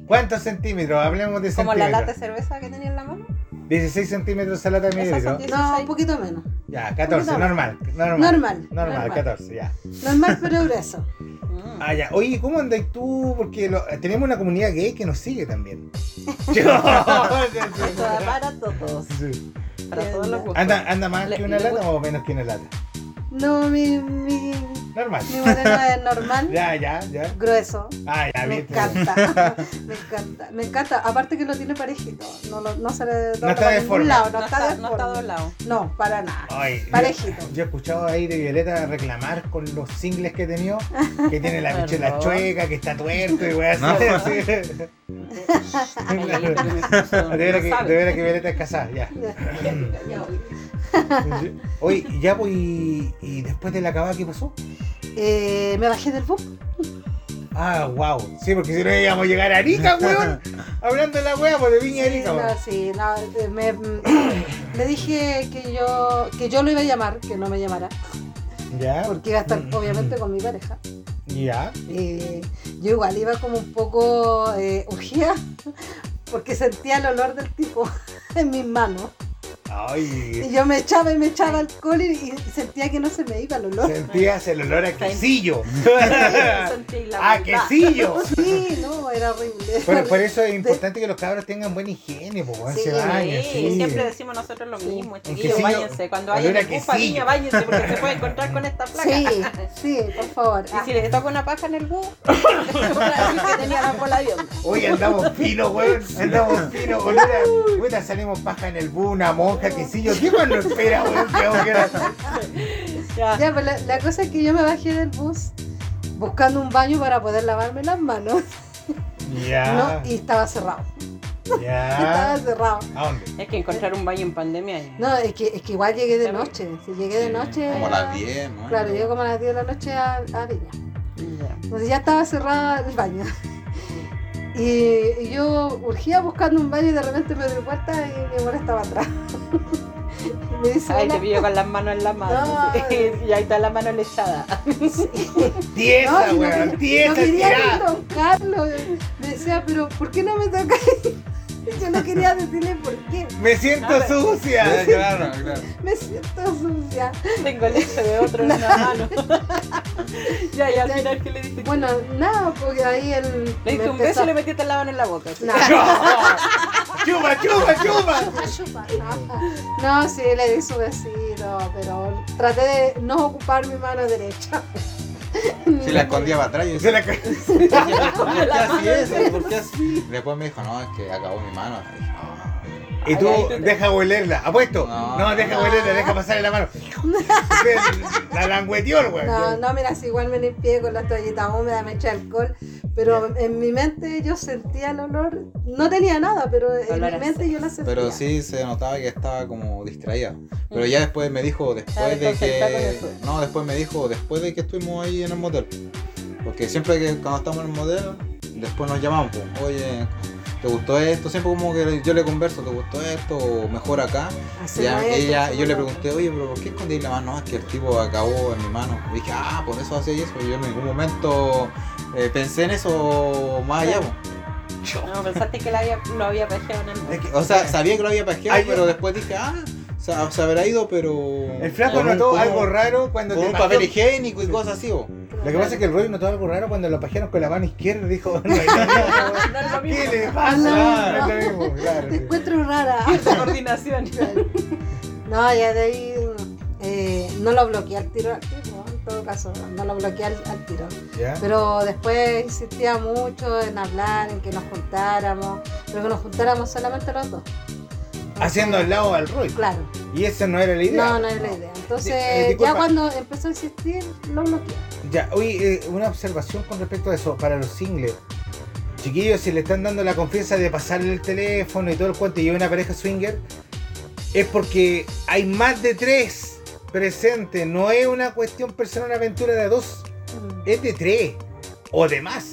¿Cuántos centímetros? Hablemos de
Como la lata de
centímetros.
cerveza que tenía en la mano.
16 centímetros la lata de
Esas son 16.
mililitro.
No, un poquito menos.
Ya, 14,
Poquito.
normal. Normal,
Normal, normal.
normal 14, ya.
Normal pero grueso.
*laughs* Ah, ya. Oye, ¿cómo andas tú? Porque lo- tenemos una comunidad gay que nos
*laughs*
sigue también. *laughs*
Toda para todos.
Sí.
Para todos los gustos.
¿Anda, ¿Anda más
Le-
que una
le
lata o menos que una lata?
No, mi, mi,
Normal.
mi moreno es normal.
*laughs* Ya, ya, ya.
Grueso.
Ah, ya,
me
viste.
encanta, me encanta, me encanta. Aparte este que lo tiene parejito, no, lo- no se le dobla
está
para
deforme.
ningún lado, no,
No
está,
está-
deforme.
no está doblado.
No, para nada.
*laughs* Ay, yo-
Parejito.
Yo he escuchado ahí de Violeta reclamar con los singles que he tenido, que tiene la
*laughs* Perdón.
pichela chueca, que está tuerto y weas
No.
*laughs* así.
*laughs*
así. *laughs* De veras Ah, que, de veras que Violeta es casada,
*laughs*
ya. Oye, ya pues, y, y después de la cavada, ¿qué pasó?
Eh, me bajé del bus.
Ah, wow. Sí, porque si no íbamos a llegar a Arica,
*laughs*
weón. Hablando de la wea, pues de Viña
Sí,
Arica,
no,
weón.
sí, no, eh, me- mm, le dije que yo, que yo lo iba a llamar, que no me llamara,
Ya, Mm,
porque iba a estar obviamente con mi pareja.
ya.
Eh, yo igual iba como un poco eh, urgida, porque sentía el olor del tipo *laughs* en mis manos. Y
Ay.
yo me echaba y me echaba alcohol y, y sentía que no se me iba el olor.
Sentías el olor a
*laughs*
quesillo.
Sentí la
¡A
maldad. *laughs*
quesillo!
Sí, no, era horrible.
Por, por eso es importante que los cabros tengan buena higiene, po, weón,
Sí,
se bañen, sí.
siempre decimos nosotros lo mismo, chiquillos,
quesillo,
báñense. Cuando
olor
vayan
a
a Cupa,
quesillo.
niña, báñense porque se puede encontrar con esta placa.
Sí,
*laughs*
sí, por favor.
Y si le toca una paja en el
*laughs*
bus, *laughs* así que tenía la bola de onda.
Hoy andamos
*laughs*
fino, weón. Andamos fino, olor a- puta, salimos paja en el bu, una monja, quesillo. ¿Qué más nos espera, weón? Que vamos a quedar-
Ya, pues la, la cosa es que yo me bajé del bus buscando un baño para poder lavarme las manos.
Ya.
¿no? Y estaba cerrado. Estaba
Ya.
cerrado.
¿A dónde?
Es que encontrar un baño en pandemia. es-
No, es que, es que igual llegué de noche. Si llegué de noche.
como a las
10, ¿no?
Claro,
*laughs*
llegué como a las 10 de la noche a, a Viña. Entonces ya estaba cerrado el baño. Y, y yo urgía buscando un baño y de repente me doy vuelta y mi abuela estaba atrás. Y me
*laughs*
dice,
Ay,
"Hola".
te pillo con las manos en la *laughs* mano.
No. eh.
y ahí está la mano lechada. *laughs*
Tiesa,
No, si no
weón,
quería-
tiesa,
No quería
tirá.
ni tocarlo. Me decía, pero ¿por qué no me tocáis? *laughs* Yo no quería decirle por qué.
Me siento
A ver.
sucia.
Claro, claro.
Me siento sucia.
Tengo leche de otro en una
*laughs*
mano. ya, y al final, ¿qué le dije?
Este, Bueno, nada, porque ahí el.
Le diste
me
un beso
empezó-
y le metiste la mano en la boca. así.
Chupa, chupa, chupa.
Chupa, chupa. No, sí, le di su besito, pero traté de no ocupar mi mano derecha.
Si la escondía para atrás. y decía, "¿Por qué- ¿Por qué así es? ¿Por qué así? Después me dijo, no, es que acabó mi mano. Y dije, "Ah".
Y tú deja huelerla, apuesto. No, deja huelerla, deja pasarle la mano. La langueteó el weón.
No, no, mira, si igual me limpié con la toallita húmeda, me eché alcohol, pero en mi mente yo sentía el olor, no tenía nada, pero en
Olor a
mi mente yo la sentía.
Pero sí se notaba que estaba como distraída. Pero ya después me dijo, después de que. No, después me dijo, después de que estuvimos ahí en el motel. Porque siempre que cuando estamos en el motel, después nos llamamos. pues, Oye, ¿te gustó esto? Siempre como que yo le converso, ¿te gustó esto? O mejor acá.
Hacemos
Ya,
esto,
ella,
hacemos
yo le
lo
pregunté, oye, pero ¿por qué escondí la mano? No, es que el tipo acabó en mi mano. Y dije, ah, por eso hacía eso. Yo en ningún momento eh, pensé en eso más allá. pues.
No, pensaste que la había, lo había pajeado en el
O
*laughs*
sea, sabía que lo había pajeado, pero después dije, ah, se, se habrá ido, pero.
El flaco
con un-
notó
con
algo
un-
raro cuando
Con
te
un
pajeó.
papel higiénico y cosas así, ¿o?
Lo que pasa es que el Roy notó algo raro cuando lo pajearon con la mano izquierda. Dijo, no, no, ¿qué le pasa?
No,
No es lo mismo, claro.
Te encuentro rara.
Ah, coordinación.
No, ya de ahí eh, no lo bloqueé al tiro, al tiro, en todo caso, no lo bloqueé al, al tiro.
Ya.
Pero después insistía mucho en hablar, en que nos juntáramos, pero que nos juntáramos solamente los dos.
Haciendo al lado al Roy.
Claro.
Y esa no era la idea.
No, no es la idea. Entonces,
Eh, disculpa.
ya cuando empezó a insistir, lo bloqueé.
Ya, oye, eh, una observación con respecto a eso, para los singles. Chiquillos, si le están dando la confianza de pasarle el teléfono y todo el cuento y una pareja swinger, es porque hay más de tres presentes. No es una cuestión personal, una aventura de dos.
Mm.
Es de tres o de más.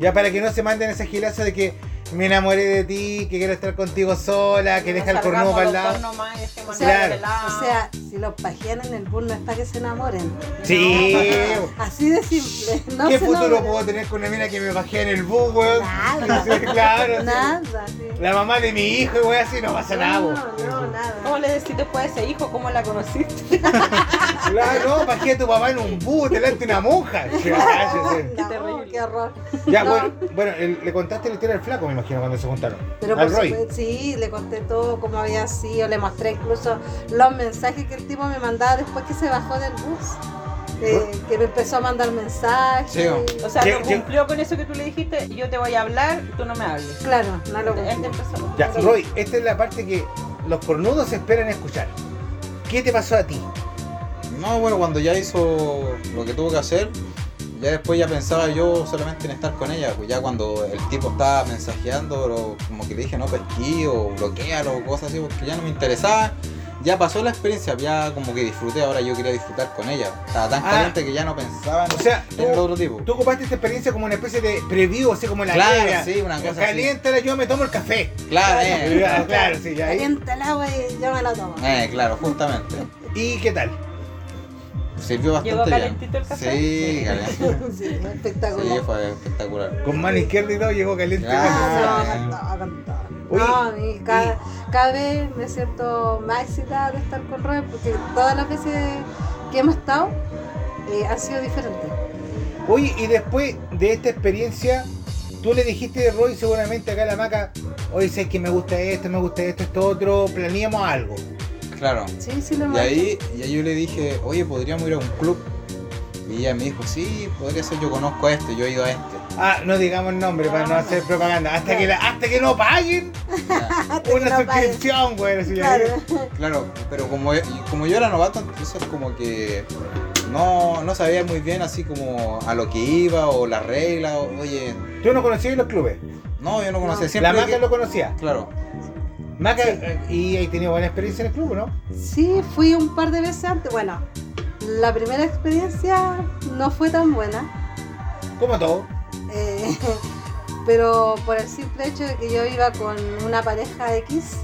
Ya para que no se manden esa gilaza de que me enamoré de ti, que quiero estar contigo sola, que deja el cornudo para el lado.
O sea,
Claro.
Ah.
o sea, si los pajean en el bus no es para que se enamoren.
Sí.
*laughs* Así de simple. No se
¿Qué futuro
enamoren.
puedo tener con una mina que me bajea en el bus, weón?
Nada.
*laughs* claro. sí.
Nada. sí.
La mamá de mi hijo, y voy así, no pasa nada.
No,
vos.
no, nada. ¿Cómo le decís después a ese hijo cómo la conociste?
Claro, no, bajé a tu papá en un bus delante de
*laughs*
una monja. Sí, cállese.
Qué terrible. Qué horror.
Ya,
No,
bueno, bueno, el- le contaste la historia del flaco, me imagino, cuando se juntaron.
Pero
Al
por
Roy.
supuesto, sí, le conté todo cómo había sido, le mostré incluso los mensajes que el tipo me mandaba después que se bajó del bus. Eh, que me empezó a mandar mensajes.
O sea,
Yo-
no
yo-
cumplió con eso que tú le dijiste, yo te voy a hablar, tú no me hables.
Claro, no lo
Él te empezó.
Ya,
Sí.
Roy, esta es la parte que los cornudos esperan escuchar. ¿Qué te pasó a ti?
No, bueno, cuando ya hizo lo que tuvo que hacer, ya después ya pensaba yo solamente en estar con ella. Pues ya cuando el tipo estaba mensajeando, pero como que le dije, no pesquí o bloquealo o cosas así, porque ya no me interesaba. Ya pasó la experiencia, ya como que disfruté, ahora yo quería disfrutar con ella. Estaba tan
Ah.
caliente que ya no pensaba en,
O sea,
en el otro tipo.
Tú ocupaste esta experiencia como una especie de preview, así como la
Claro,
nevera.
sí, una cosa así.
Caliéntala, yo me tomo el café.
Claro, eh.
Ah, Ya, claro, sí, ya. ahí.
Calienta el agua y yo me la tomo.
Eh, claro, justamente.
¿Y qué tal?
Sirvió
¿Llegó
bastante
calentito
bien.
el café?
Sí, caliente.
Sí,
Sí,
espectacular.
fue espectacular.
Con mano izquierda y todo llegó caliente.
Claro.
No, No, a mí cada, cada vez me siento más excitada de estar con Roy porque todas las veces que hemos estado eh, ha sido diferente.
Oye, y después de esta experiencia, tú le dijiste de Roy seguramente acá a la maca, oye, sé que me gusta esto, me gusta esto, esto otro, planeamos algo.
Claro.
Sí, sí lo
Y ahí, y ahí yo le dije, oye, podríamos ir a un club. Y ella me dijo, sí, podría ser, yo conozco a este, yo he ido a este.
Ah, no digamos el nombre para no hacer propaganda. Hasta que la- hasta que no paguen una suscripción, güey. así, ahí.
Claro, pero como, y como yo era novato, entonces como que no, no sabía muy bien así como a lo que iba o las reglas, o- oye,
¿Tú no conocías los clubes?
No, yo no conocía.
No.
Siempre
La Maca
que-
lo conocía.
Claro.
Maca, eh, y ahí tenido buena experiencia en el club, ¿no?
Sí, fui un par de veces antes. Bueno, la primera experiencia no fue tan buena,
Como todo.
eh, *laughs* pero por el simple hecho de que yo iba con una pareja X,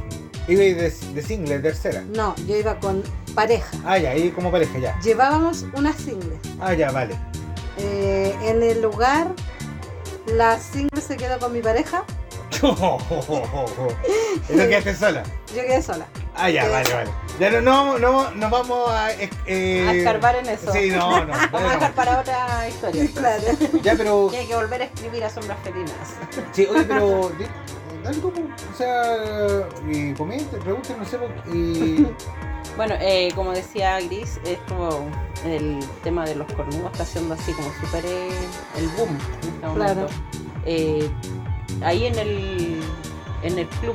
Iba de, de single, de tercera.
no, yo iba con pareja.
Ah, ya, ahí como pareja, ya.
Llevábamos una single.
Ah, ya, vale. *laughs*
Eh, en el lugar, la single se quedó con mi pareja,
Oh, Eso quedaste sola.
yo quedé sola.
Ah, ya, vale, vale. Ya no, no, no, no vamos a. eh, eh,
A escarbar en eso. *laughs*
Sí, no, no.
Vamos a dejar para otra historia.
*laughs* Claro.
Ya,
*laughs*
pero.
Y hay que volver a escribir a sombras felinas.
Sí, oye, pero. di- Dale como. O sea. Y comenten, pregunten, no sé. por- Y.
*laughs* Bueno, eh, como decía Gris, esto, el tema de los cornudos está siendo así como súper eh, el boom en este momento.
Claro.
Eh, ahí en el, en el club,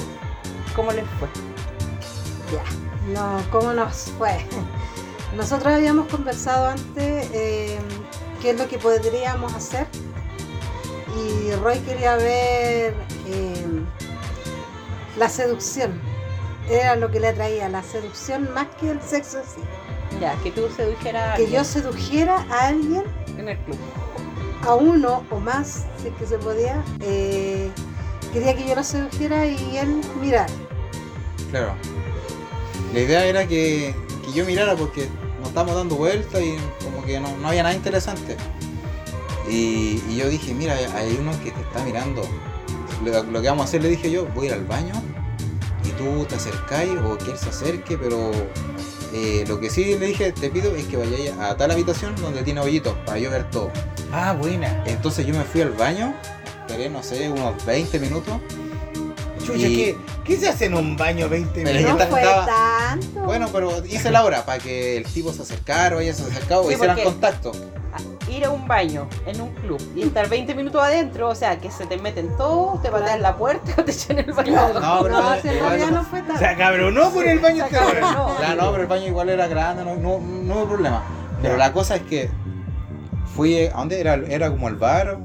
¿cómo les fue?
Ya, no, ¿cómo nos fue? Nosotros habíamos conversado antes eh, qué es lo que podríamos hacer y Roy quería ver eh, la seducción. Era lo que le atraía, la seducción más que el sexo en sí.
Ya, que tú sedujera a
Que
alguien
yo sedujera a alguien,
en el club.
a uno o más, si es que se podía. eh, quería que yo lo sedujera y él mirar.
Claro. La idea era que, que yo mirara porque nos estábamos dando vueltas y como que no, no había nada interesante. Y, y yo dije, mira, hay uno que te está mirando. Lo, lo que vamos a hacer, le dije yo, voy a ir al baño y tú te acercáis o que él se acerque, pero eh, lo que sí le dije, te pido es que vayáis a tal habitación donde tiene hoyitos para yo ver todo.
Ah, buena.
Entonces yo me fui al baño, esperé, no sé, unos 20 minutos.
Chucha,
Y-
¿qué, ¿qué se hace en un baño 20
Pero
minutos?
yo ta- estaba-
tanto.
Bueno, pero hice la hora para que el tipo se acercara o ella se acercara o
Sí,
hicieran
porque-
contacto.
Ir a un baño en un club y estar 20 minutos adentro, o sea, que se te meten todos, te patean la puerta o te echan el baño.
No, pero-
No, si en
igual-
realidad no fue tan.
Se acabronó por el baño este ahora.
*laughs*
Ya, no, pero el baño igual era grande, no, no, no hubo problema. Pero la cosa es que fui, eh, ¿a dónde era? Era como el bar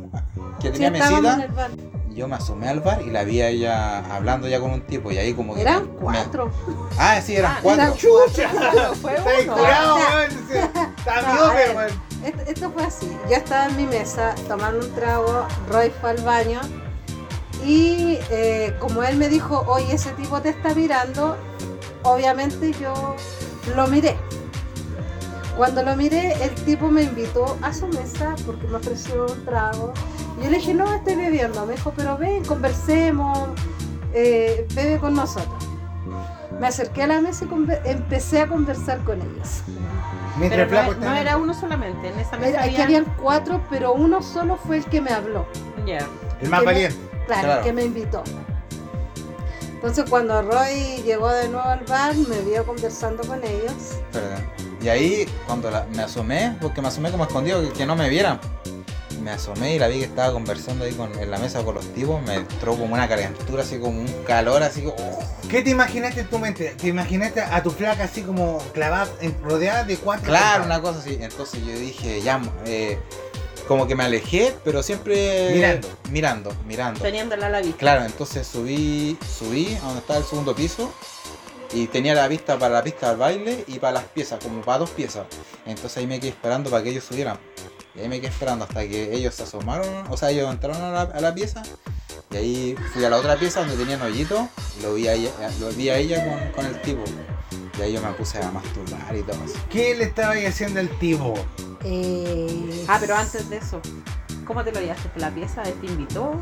que
Sí,
tenía
estábamos en
mesita.
el bar.
Yo me asomé al bar y la vi a ella hablando ya con un tipo y ahí como que...
Eran
me-
cuatro.
Ah, sí, eran
Ah,
cuatro.
eran ¡Chucha! Pero fue
Está
uno.
curado,
O sea,
weón. Está
no, a
miope,
ver,
weón.
esto, esto fue así. Yo estaba en mi mesa tomando un trago, Roy fue al baño y eh, como él me dijo, oye, ese tipo te está mirando, obviamente yo lo miré. Cuando lo miré, el tipo me invitó a su mesa porque me ofreció un trago. Yo le dije, no, estoy bebiendo. Me dijo, pero ven, conversemos, eh, bebe con nosotros. Me acerqué a la mesa y conver- empecé a conversar con ellos.
Pero
Mientras
no,
Flaco
no
está-
era uno solamente, en esa mesa
Mira, aquí
había-
habían cuatro, pero uno solo fue el que me habló.
Ya.
El más
que me-
valiente.
claro,
Claro.
que me invitó. Entonces cuando Roy llegó de nuevo al bar, me vio conversando con ellos.
Perdón. Y ahí, cuando la- me asomé, porque me asomé como escondido, que, que no me vieran. Me asomé y la vi que estaba conversando ahí con- en la mesa con los tipos. Me entró como una calentura, así como un calor, así como. oh,
¿Qué te imaginaste en tu mente? ¿Te imaginaste a tu flaca así como clavada, en- rodeada de cuatro?
Claro, una cosa así. Entonces yo dije, ya, eh, como que me alejé, pero siempre.
Mirando.
Mirando, mirando.
Teniéndola a la vista.
Claro, entonces subí, subí a donde estaba el segundo piso y tenía la vista para la pista del baile y para las piezas, como para dos piezas. Entonces ahí me quedé esperando para que ellos subieran. Y ahí me quedé esperando hasta que ellos se asomaron, o sea, ellos entraron a la, a la pieza. Y ahí fui a la otra pieza donde tenían hoyito, lo vi a ella, lo vi a ella con, con el tipo. Y ahí yo me puse a masturbar y todo eso.
¿Qué le estaba ahí haciendo el tipo?
Ah, pero antes de eso, ¿cómo te lo llevaste? ¿Te la pieza? ¿Él ¿Te invitó?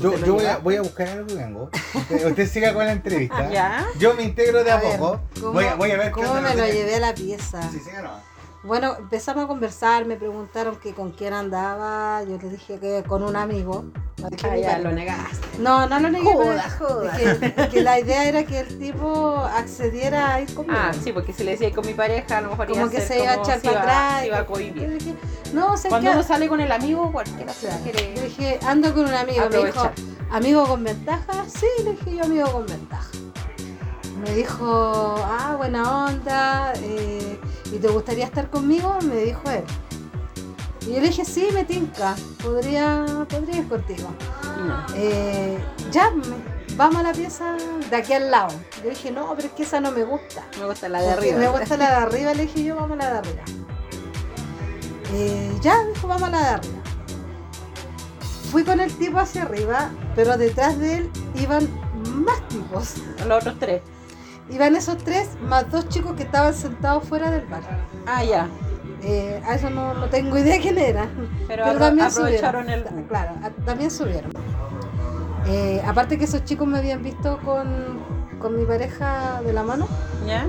Yo,
¿Te lo
yo voy, a,
llevaste?
voy a buscar algo, Gango. Usted, usted siga con la
*laughs*
entrevista.
Ya.
Yo me integro de a,
A ver,
poco.
¿Cómo,
voy, a, voy a ver qué
cómo
onda
me
lo
lo
tenía.
llevé a la pieza?
Sí, sí, no.
Bueno, empezamos a conversar, me preguntaron que con quién andaba, yo les dije que con un amigo. No dije
Ah,
mi
ya,
pareja.
lo negaste.
No, no lo negué.
Joda,
pero
joda.
Que, que la idea era que el tipo accediera a ir conmigo.
*laughs* Ah, sí, porque si le decía con mi pareja, a lo mejor iba
como
a
que
ser
se iba a echar
si
para atrás.
Se iba a
Yo
cohibir.
dije, No, o sea,
Cuando
que-
uno sale con el amigo, cualquiera se
Claro.
quiere.
Yo dije, ando con un amigo.
Aprovechar.
Me dijo, ¿amigo con ventaja? Sí, le dije yo, amigo con ventaja. Me dijo, ah, buena onda, eh, ¿y te gustaría estar conmigo? Me dijo él. Y yo le dije, sí, me tinca, podría, podría ir contigo. Eh, ya, me- vamos a la pieza de aquí al lado. Yo dije, no, pero es que esa no me gusta.
Me gusta la de
Porque
arriba.
Me gusta la de arriba, le dije yo, vamos a la de arriba. Eh, ya, dijo, vamos a la de arriba. Fui con el tipo hacia arriba, pero detrás de él iban más tipos.
*laughs* Los otros tres.
Iban esos tres más dos chicos que estaban sentados fuera del bar.
Ah, ya.
Eh, a eso no, no tengo idea quién era.
Pero
Pero,
apro-
también
aprovecharon
subieron. Claro, a- también subieron. Eh, aparte que esos chicos me habían visto con, con mi pareja de la mano.
¿Ya?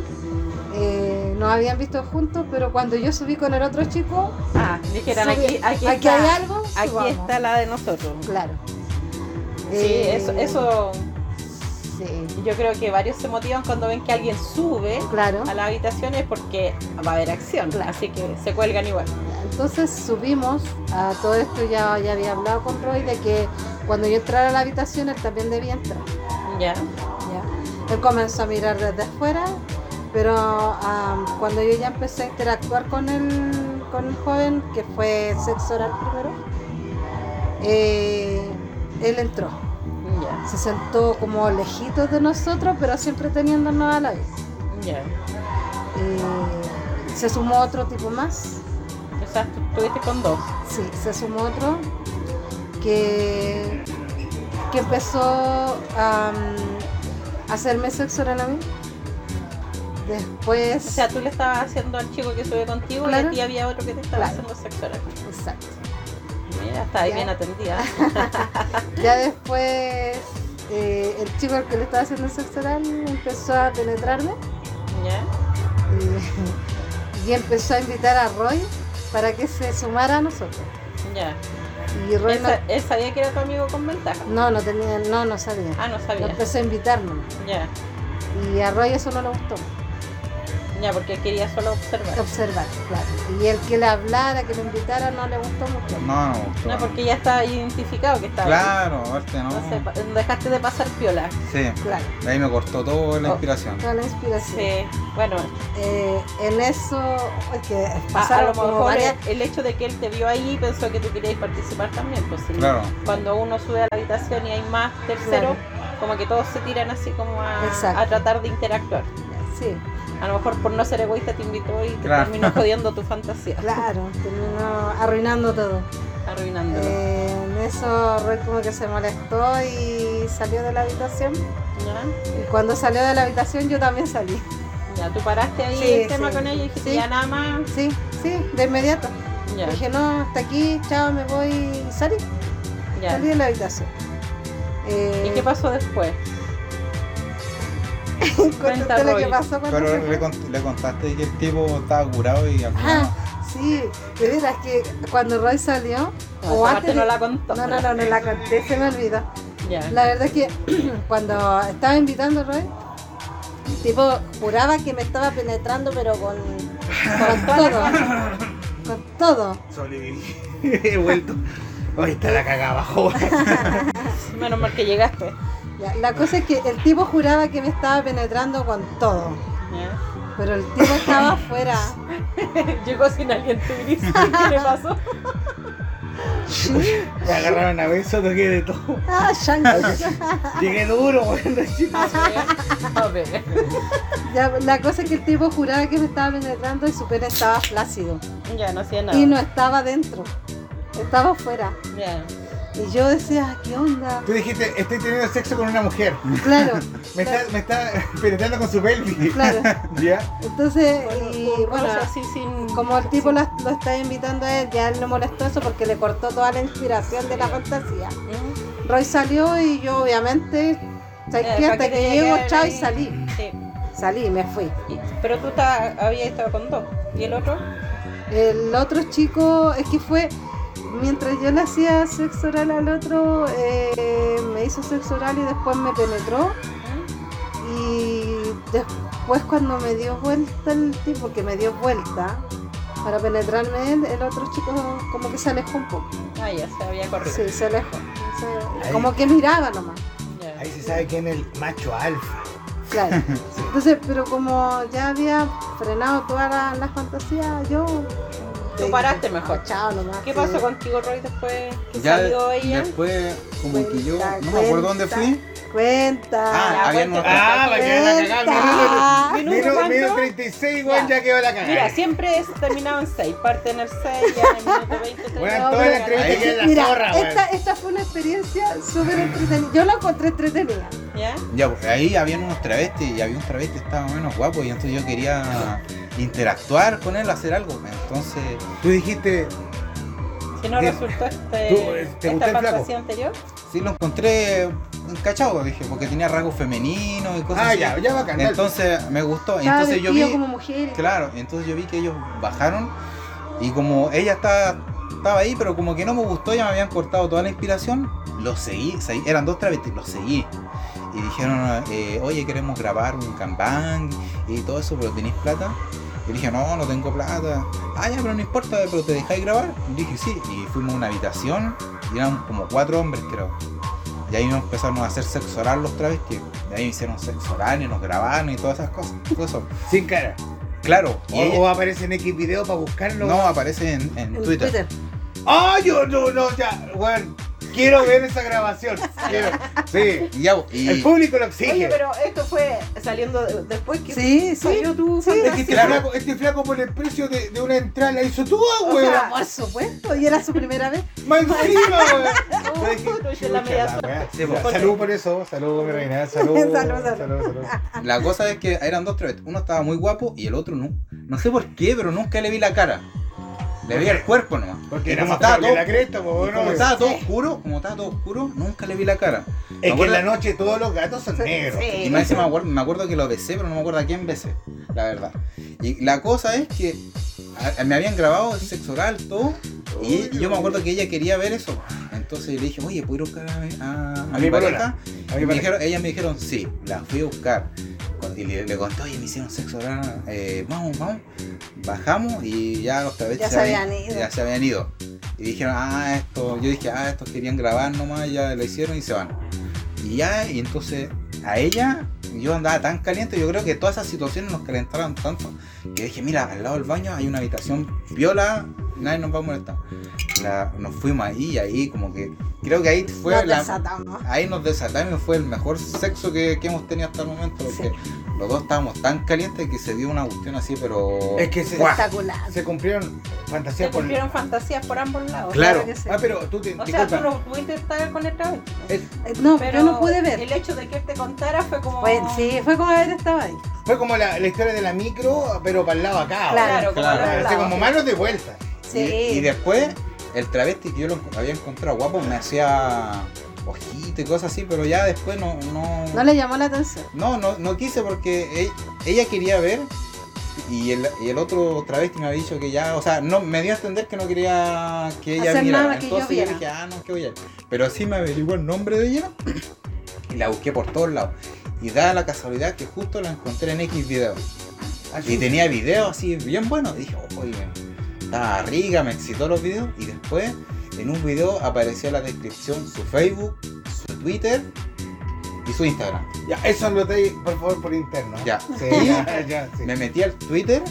Eh, nos habían visto juntos, pero cuando yo subí con el otro chico,
Ah, dijeron
subí-
aquí, aquí, está,
hay algo.
Aquí
subamos.
está la de nosotros.
Claro.
Sí,
Eh,
eso, eso. Yo creo que varios se motivan cuando ven que alguien sube a las habitaciones porque va a haber acción. Así que se cuelgan igual.
Entonces subimos a todo esto, ya, ya había hablado con Roy de que cuando yo entrara a la habitación él también debía entrar.
Ya.
Ya. Él comenzó a mirar desde afuera, pero am, cuando yo ya empecé a interactuar con el, con el joven, que fue sexo oral primero, eh, él entró. Se sentó como lejitos de nosotros, pero siempre teniéndonos a la vez.
Ya.
Eh, se sumó otro tipo más.
O sea, tú estuviste con dos.
Sí, se sumó otro que, que empezó a mm, hacerme sexo oral a mí. Después.
O sea, tú le estabas haciendo al chico que sube contigo y a
Claro.
ti había otro que te estaba
Claro.
haciendo sexo oral.
Exacto.
Mira, está ahí
Ya.
bien atendida.
Ya después eh, el chico al que le estaba haciendo sexo oral empezó a penetrarme eh,
¿Ya?
*laughs* y- y empezó a invitar a Roy para que se sumara a nosotros.
Ya.
Y Roy
él,
no-
sa- él sabía que era tu amigo con ventaja.
No, no tenía, no, no sabía.
Ah, no sabía.
Lo empezó a invitarnos.
Ya.
Y a Roy eso no le gustó.
Ya, porque él quería solo observar.
Observar, claro. Y el que le hablara, que le invitara, no le gustó mucho.
No, no,
No,
claro.
porque ya estaba identificado que estaba.
Claro, aparte no.
ahí. Entonces, pa- dejaste de pasar piola.
Sí.
Claro.
De ahí me cortó toda la
Oh.
inspiración.
Toda la inspiración. Eh,
Bueno.
en eso, es que
A, a
pasaron
lo
como
mejor
varias-
el, el hecho de que él te vio ahí pensó que tú querías participar también. Pues, sí.
Claro.
Cuando uno sube a la habitación y hay más terceros, como que todos se tiran así como a,
Exacto.
a tratar de interactuar.
Sí.
A lo mejor por no ser egoísta te invitó y te
Claro.
terminó jodiendo tu fantasía.
Claro, *laughs* terminó arruinando todo.
Arruinándolo.
Eh, en eso Roy como que se molestó y salió de la habitación. Y cuando salió de la habitación yo también salí.
Ya, tú paraste ahí
Sí,
el tema
sí.
con ella y dijiste
Sí.
ya nada más.
Sí, sí, de inmediato.
Ya.
Dije, no, hasta aquí, chao, me voy y salí.
Ya.
Salí de la habitación. Eh,
¿Y
*laughs*
qué pasó después?
Cuéntate lo que
Roy.
pasó cuando se
Pero
fue.
le, cont- le contaste que el tipo estaba curado y al final-
Ah, sí, de veras que cuando Roy salió,
No, esa parte no la contó.
No, no, no, no la conté, se me olvidó.
Ya.
La verdad es que *clears throat* cuando estaba invitando a Roy, el tipo juraba que me estaba penetrando, pero con,
*laughs*
con todo. Con todo.
Sobreviví. *laughs* He vuelto. Hoy está la cagada abajo. *laughs*
Menos mal que llegaste.
Ya, la cosa es que el tipo juraba que me estaba penetrando con todo. Pero el
*laughs*
tipo estaba afuera.
*laughs* Llegó sin alguien tu gris. *laughs* ¿Qué le pasó?
Me agarraron a besos, toqué de todo.
Ah, Shanghai.
Llegué duro, weón. los chicos.
*laughs*
Ya, la cosa es que el tipo juraba que me estaba penetrando y su pene estaba flácido.
Ya, no hacía nada.
Y no estaba dentro. Estaba afuera.
Ya.
Y yo decía, "Ah, ¿qué onda?
*laughs* Tú dijiste, estoy teniendo sexo con una mujer.
Claro.
Me está, me está *laughs* penetrando con su pelvis.
Claro.
*laughs* ¿Ya?
Entonces, y bueno,
así
como el tipo la- lo está invitando a él, ya él no molestó eso porque le cortó toda la inspiración de la fantasía. Roy salió y yo obviamente, ¿sabes
Eh,
qué?
¿para
Hasta
qué te
que
voy a
llego,
quedar
chao, y
ahí?
salí.
Sí.
Salí y me fui.
Pero tú estabas- habías estado con dos. ¿Y el otro?
El otro chico, es que fue, mientras yo le hacía sexo oral al otro, eh, me hizo sexo oral y después me penetró. Y después cuando me dio vuelta el tipo, que me dio vuelta para penetrarme él, el otro chico como que se alejó un poco.
Ah, ya se había corrido.
Sí, se alejó. Se-
Ahí.
como que miraba nomás.
Ahí se sabe quién es el macho alfa.
Claro. Entonces, pero como ya había frenado toda la, la fantasía, yo Ah,
Tú paraste mejor. Chao nomás. ¿Qué pasó contigo, Roy, después que
Eh, Ya
salió ella?
después, como que yo, no me acuerdo dónde fui.
Cuenta.
Ah, habían unos
Ah, la que van a cagar.
Cuenta.
Minuto, minuto,
¿Cuánto?
minuto 36, weón, ya quedó la cagada.
Mira, siempre es terminado en 6, parte en el 6, ya en el minuto 20, 30.
Bueno, toda la entrevista que es la
Mira,
zorra, weón.
esta, esta fue una experiencia súper entretenida. Yo la encontré entretenida.
¿Ya?
Ya, pues, ahí habían unos travestis y había un travesti que estaba más o menos guapo y entonces yo quería interactuar con él, hacer algo. Entonces.
Tú dijiste.
Si no
Bien.
resultó este,
Tú, eh, ¿te
esta
gustó el flaco?
fantasía anterior,
Sí, lo encontré encachado, dije, porque tenía rasgos femeninos y cosas
Ah,
así.
ya, ya bacán, dale.
Entonces me gustó.
Estaba
Entonces yo
vestido
vi.
como mujer.
Claro, entonces yo vi que ellos bajaron y como ella estaba, estaba ahí, pero como que no me gustó, ya me habían cortado toda la inspiración, los seguí, seguí- eran dos travestis, los seguí. Y dijeron, eh, oye, queremos grabar un gangbang y todo eso, pero tenéis plata. Y dije, no, no tengo plata. Ah, ya, pero no importa, pero te dejáis grabar. Y dije, sí. Y fuimos a una habitación y éramos como cuatro hombres, creo. Y ahí nos empezamos a hacer sexo oral los travestis. Y ahí hicieron sexo oral y nos grabaron y todas esas cosas. todo eso.
Sin cara.
Claro.
O, o aparece en X video para buscarlo.
No, aparece en, en Twitter.
¡Ah, yo no, no, ya, weón! Quiero ver esa grabación. Quiero. Sí.
Y ya, y-
El público lo exige.
Oye, pero esto fue saliendo de- después que
Sí, sí.
salió tu
Es que
fantasía.
este, flaco, este flaco por el precio de, de una entrada la hizo tú, ah,
O
weón.
sea, por supuesto, y era su
*laughs*
primera vez.
Más encima, weón.
Yo la media suerte.
Sí, po.
pues, Salud por eso, salud, mi reina, salud.
Salud,
salud, salud.
La cosa es que eran dos travestis. Uno estaba muy guapo y el otro no. No sé por qué, pero nunca le vi la cara. Le vi el cuerpo nomás.
Porque
Y
era
como
más
estaba
tarde
todo-
la cresta, po,
y
weón,
Como
weón.
estaba todo oscuro, como estaba todo oscuro, nunca le vi la cara. Me
Es que en
acuerdo-
la noche todos los gatos son negros.
Y más encima me acuerdo, me acuerdo que lo besé, pero no me acuerdo a quién besé, la verdad. Y la cosa es que a- me habían grabado el sexo oral, todo, y yo me acuerdo que ella quería ver eso. Entonces le dije, oye, ¿puedo ir a buscar a, mi- a- a mi
mi polola,
pareja?
a mi
Y me
pareja.
dijeron- ellas me dijeron, sí, la fui a buscar. Y le, le conté, oye, me hicieron sexo oral, eh, vamos, vamos. Bajamos y ya los cabezas
Ya se habían ido.
Ya se habían ido. Y dijeron, ah, esto, yo dije, ah, estos querían grabar nomás, ya lo hicieron y se van. Y ya, y entonces a ella yo andaba tan caliente, yo creo que todas esas situaciones nos calentaron tanto que dije, mira, al lado del baño hay una habitación viola, nadie nos va a molestar. La- nos fuimos ahí y ahí como que creo que ahí fue
Nos
la-
desatamos.
ahí nos desatamos y fue el mejor sexo que, que hemos tenido hasta el momento porque los dos estábamos tan calientes que se dio una cuestión así pero
Es que se,
¡guau!
se cumplieron fantasías
Se
por
cumplieron fantasías por ambos lados.
Claro.
que sí.
Ah, pero tú te-
O
te
sea, tú
culpas.
no pudiste estar con el travesti.
Eh, No,
pero
yo no pude ver.
El hecho de que él te contara fue como.
Fue- sí, fue como haber estado ahí.
Fue como la, la historia de la micro, pero para el lado acá.
Claro,
weón.
como Claro. para el
Así
lado.
como manos de vuelta.
Y, y después, el travesti que yo lo había encontrado guapo me hacía ojito y cosas así, pero ya después no. No,
No le llamó la atención.
no, no, no quise porque e- ella quería ver y el, y el otro travesti me había dicho que ya, o sea, no me dio a entender que no quería que ella
Hacer
viera.
nada que yo
Entonces
viera.
dije, ah, no, que voy a ir. Pero sí me averiguó el nombre de ella y la busqué por todos lados. Y da la casualidad que justo la encontré en X video.
Ah,
Y tenía videos así bien buenos. Dije, "Oh, oye, estaba rica, me excitó los videos. Y después, en un video apareció la descripción, su Facebook, su Twitter y su Instagram.
Ya, eso lo dais, por favor, por interno. ¿eh?
Ya.
Sí,
Y *laughs*
ya, ya, sí.
Me metí al Twitter,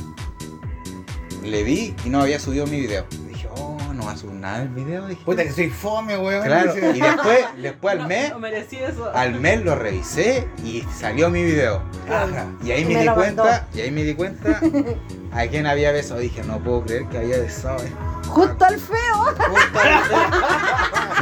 le vi y no había subido mi video. Dije, oh, no va a subir nada el video. Dije,
Puta que soy fome, weón.
Claro,
Dice-
y después, después al
No,
mes,
no merecí eso.
al mes lo revisé y salió mi video. Ajá. Y ahí
Y
me,
me
di
lo
cuenta,
mandó.
y ahí me di cuenta a quién había besado. Dije, no puedo creer que había besado. este esto".
Justo al feo.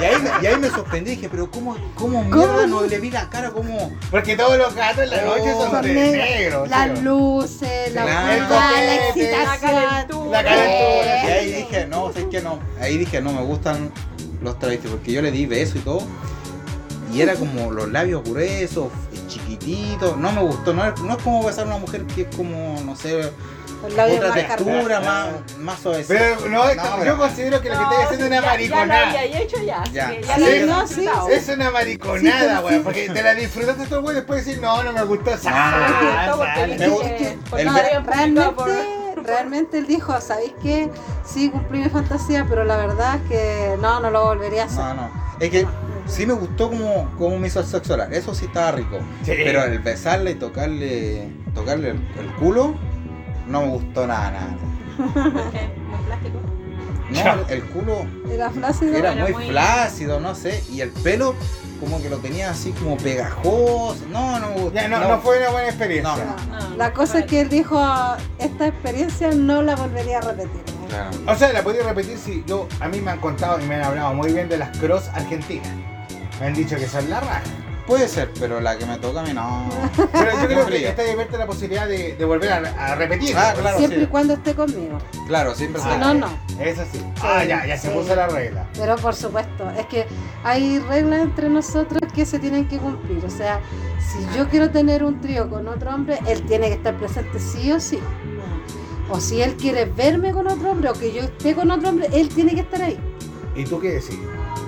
Y ahí, me- y ahí me sorprendí, dije, pero ¿cómo, cómo, mierda no le vi la cara? ¿Cómo?
Porque todos los gatos en la
Oh,
noche son
son
de
negros.
negro.
Las
tío.
luces, la
Claro.
humedad, la
El copete,
excitación.
La cara
Eh,
Y ahí dije, no, es que no. Ahí dije, no, me gustan los travestis, porque yo le di beso y todo. Y era como los labios gruesos, chiquititos. No me gustó, no es, no es como besar a una mujer que es como, no sé,
Con labios
otra
más
textura,
carnosos.
más, más suavecita.
Pero no, esto-
No,
yo
pero-
considero que lo que estáis haciendo es una
ya- Ya
mariconada.
lo había hecho ya. así
Ya.
que
Sí,
lo había
no,
disfrutado.
Es una
Sí, pero
mariconada,
sí.
weón. Porque te la disfrutaste todo, weón, y después decís, no, no me gustó esa. *laughs*
Ah,
Ah,
porque
sale.
dije, pues
el
no,
ver-
realmente, realmente él dijo, ¿sabéis qué? Sí, cumplí mi fantasía, pero la verdad es que no, no lo volvería a hacer.
No, no. Es que sí me gustó como, como me hizo el sexo oral. Eso sí estaba rico.
Sí.
Pero el besarle y tocarle, tocarle el, el culo, no me gustó nada, nada.
Muy plástico.
No, el, el culo
Era flácido.
era muy flácido, no sé. Y el pelo como que lo tenía así como pegajoso. No, no me gustó.
no- no fue una buena experiencia.
No, no.
La cosa es que él dijo, esta experiencia no la volvería a repetir.
O sea, la podía repetir si yo, a mí me han contado y me han hablado muy bien de las cross argentinas. Me han dicho que son la raja.
Puede ser, pero la que me toca a mí no.
Pero
*laughs*
yo creo que
fría.
está abierta la posibilidad de, de volver a, a repetir.
Ah, claro,
Siempre y
sí. Ah,
cuando esté conmigo.
Claro, siempre
Si
se-
no, no.
Eso sí. ah, ya, ya se
sí.
puso la regla.
Pero por supuesto, es que hay reglas entre nosotros que se tienen que cumplir. O sea, si yo quiero tener un trío con otro hombre, él tiene que estar presente sí o sí. O si él quiere verme con otro hombre o que yo esté con otro hombre, él tiene que estar ahí.
¿Y tú qué decís?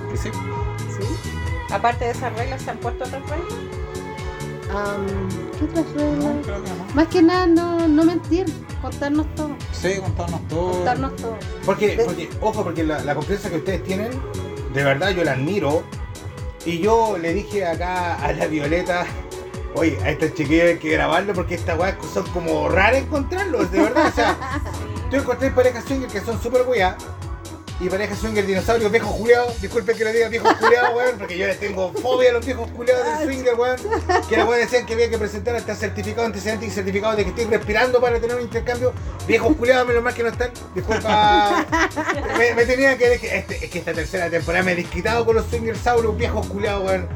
Que sí.
pues,
Aparte de esas reglas, ¿se han puesto otras reglas?
Am, ¿Qué otras reglas? Más que nada, no, no mentir, contarnos todo.
Sí, contarnos todo.
Contarnos todo.
Porque, porque, ojo, porque la, la confianza que ustedes tienen, de verdad yo la admiro. Y yo le dije acá a la Violeta, oye, a este chiquillo hay que grabarlo porque estas weas son como raras encontrarlos, de verdad. O sea, tú encontré parejas swinger que son súper weas. Y parejas swinger dinosaurios, viejos juliados. Disculpen que lo diga viejos juliados, weón, porque yo les tengo fobia a los viejos juliados del swinger, weón. Que la weón decían que había que presentar hasta certificado antecedente y certificado de que estoy respirando para tener un intercambio. Viejos juliados, menos mal que no están. Disculpa. Me, me tenía que decir, este, es que esta tercera temporada me he desquitado con los swingersaurus viejos culiados, weón.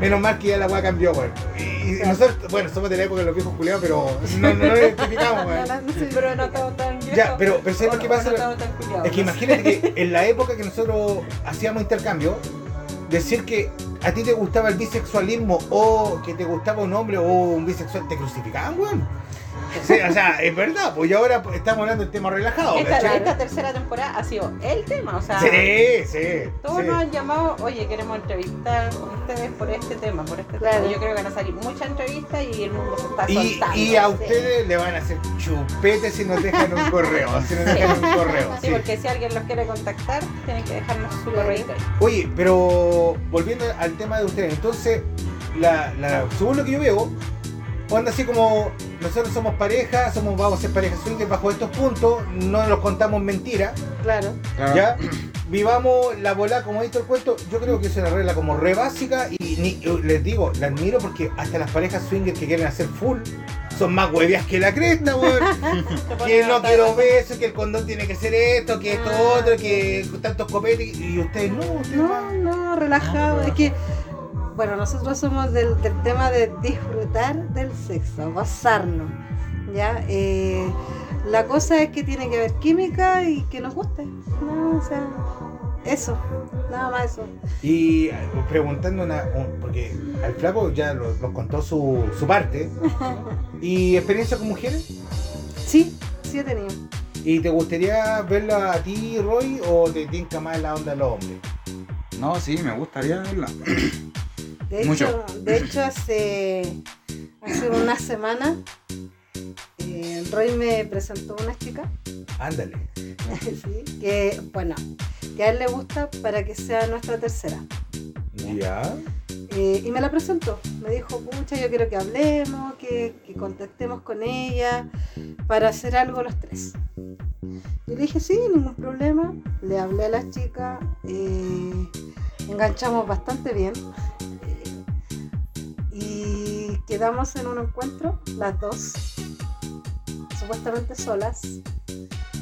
Menos mal que ya la weá cambió, weón. Y, y nosotros, bueno, somos de la época de los viejos culiados, pero no, no lo identificamos, weón.
pero no estamos tan viejos.
Ya, pero, pero ¿sabes lo que pasa?
No estamos tan culiados.
Es que imagínate que en la época que nosotros hacíamos intercambio, decir que a ti te gustaba el bisexualismo o que te gustaba un hombre o un bisexual, te crucificaban, weón. Sí, o sea, es verdad, pues y ahora pues, estamos hablando del tema relajado,
Esta,
¿cachai?
esta tercera temporada ha sido el tema, o sea.
Sí, sí.
Todos
sí.
nos han llamado, oye, queremos entrevistar con ustedes por este tema, por este tema. Yo creo que van a salir muchas entrevistas y el mundo se está
Y,
soltando.
y a
sí.
ustedes le van a hacer chupete si nos dejan un correo. Si nos
Sí.
dejan un correo.
Sí,
sí.
porque si alguien los quiere contactar, tienen que dejarnos su correo.
Oye, pero volviendo al tema de ustedes, entonces, la, la- según lo que yo veo, onda así como nosotros somos pareja, somos vamos a ser pareja swinger bajo estos puntos, no nos contamos mentiras.
Claro.
Ah.
¿Ya? Vivamos la bola como dice el cuento. Yo creo que es una regla como re básica y ni- yo les digo, la admiro porque hasta las parejas swinger que quieren hacer full son más huevías que la cresta, weón. que no quiero besos, que el condón tiene que ser esto, que esto otro, que tantos copetes y ustedes no, ustedes
No, no, relajado. Es que, bueno, nosotros somos del, del tema de disfrutar del sexo, gozarnos. ¿ya? Eh, la cosa es que tiene que haber química y que nos guste. No, o sea, eso, nada más eso.
Y eh, preguntando una, un- porque al flaco ya lo- nos contó su, su parte. ¿Y experiencia con mujeres?
Sí, sí he tenido.
¿Y te gustaría verla a ti, Roy, o te tinca más la onda de los hombres?
No, sí, me gustaría verla.
De
Mucho.
hecho, de hecho hace, hace una semana eh, Roy me presentó una chica *laughs*
Ándale.
sí, que, bueno, que a él le gusta para que sea nuestra tercera.
Ya.
Eh, y me la presentó. Me dijo, pucha, yo quiero que hablemos, que, que contactemos con ella para hacer algo los tres. Y le dije, sí, ningún problema. Le hablé a la chica, eh, enganchamos bastante bien. Y quedamos en un encuentro, las dos, supuestamente solas.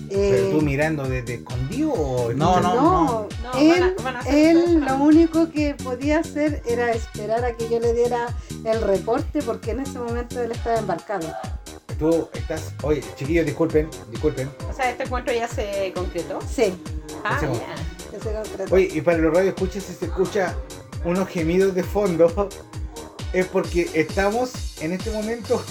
¿Pero
Eh,
tú mirando desde escondido o
no, él, él lo único que podía hacer era esperar a que yo le diera el reporte porque en ese momento él estaba embarcado.
Tú estás. Oye, chiquillos, disculpen, disculpen.
O sea, este encuentro ya se concretó.
Sí.
Ah,
Sí.
ya.
Ese contrato.
Oye, y para los radioescuchas, si se escucha unos gemidos de fondo, *laughs* es porque estamos en este momento.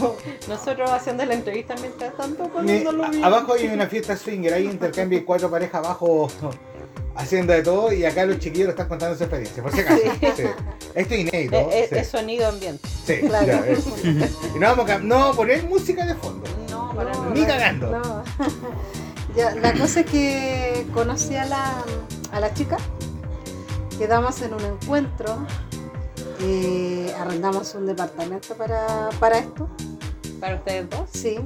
Nosotros haciendo la entrevista mientras tanto,
Ne-
poniéndolo bien.
a- abajo hay una fiesta swinger, hay intercambio y cuatro parejas abajo *laughs* haciendo de todo y acá los chiquillos lo están contando su experiencia, por si acaso. Sí. Esto es
Eh,
inédito.
eh, Es,
sí.
sonido ambiente.
Sí, ya, es- Y no vamos a, cam- no vamos a poner música de fondo.
No, para nada.
Ni cagando.
No. *laughs* Ya, la cosa es que conocí a la, a la chica, quedamos en un encuentro, eh, arrendamos un departamento para, para esto
pues,
¿Para ustedes dos? Sí,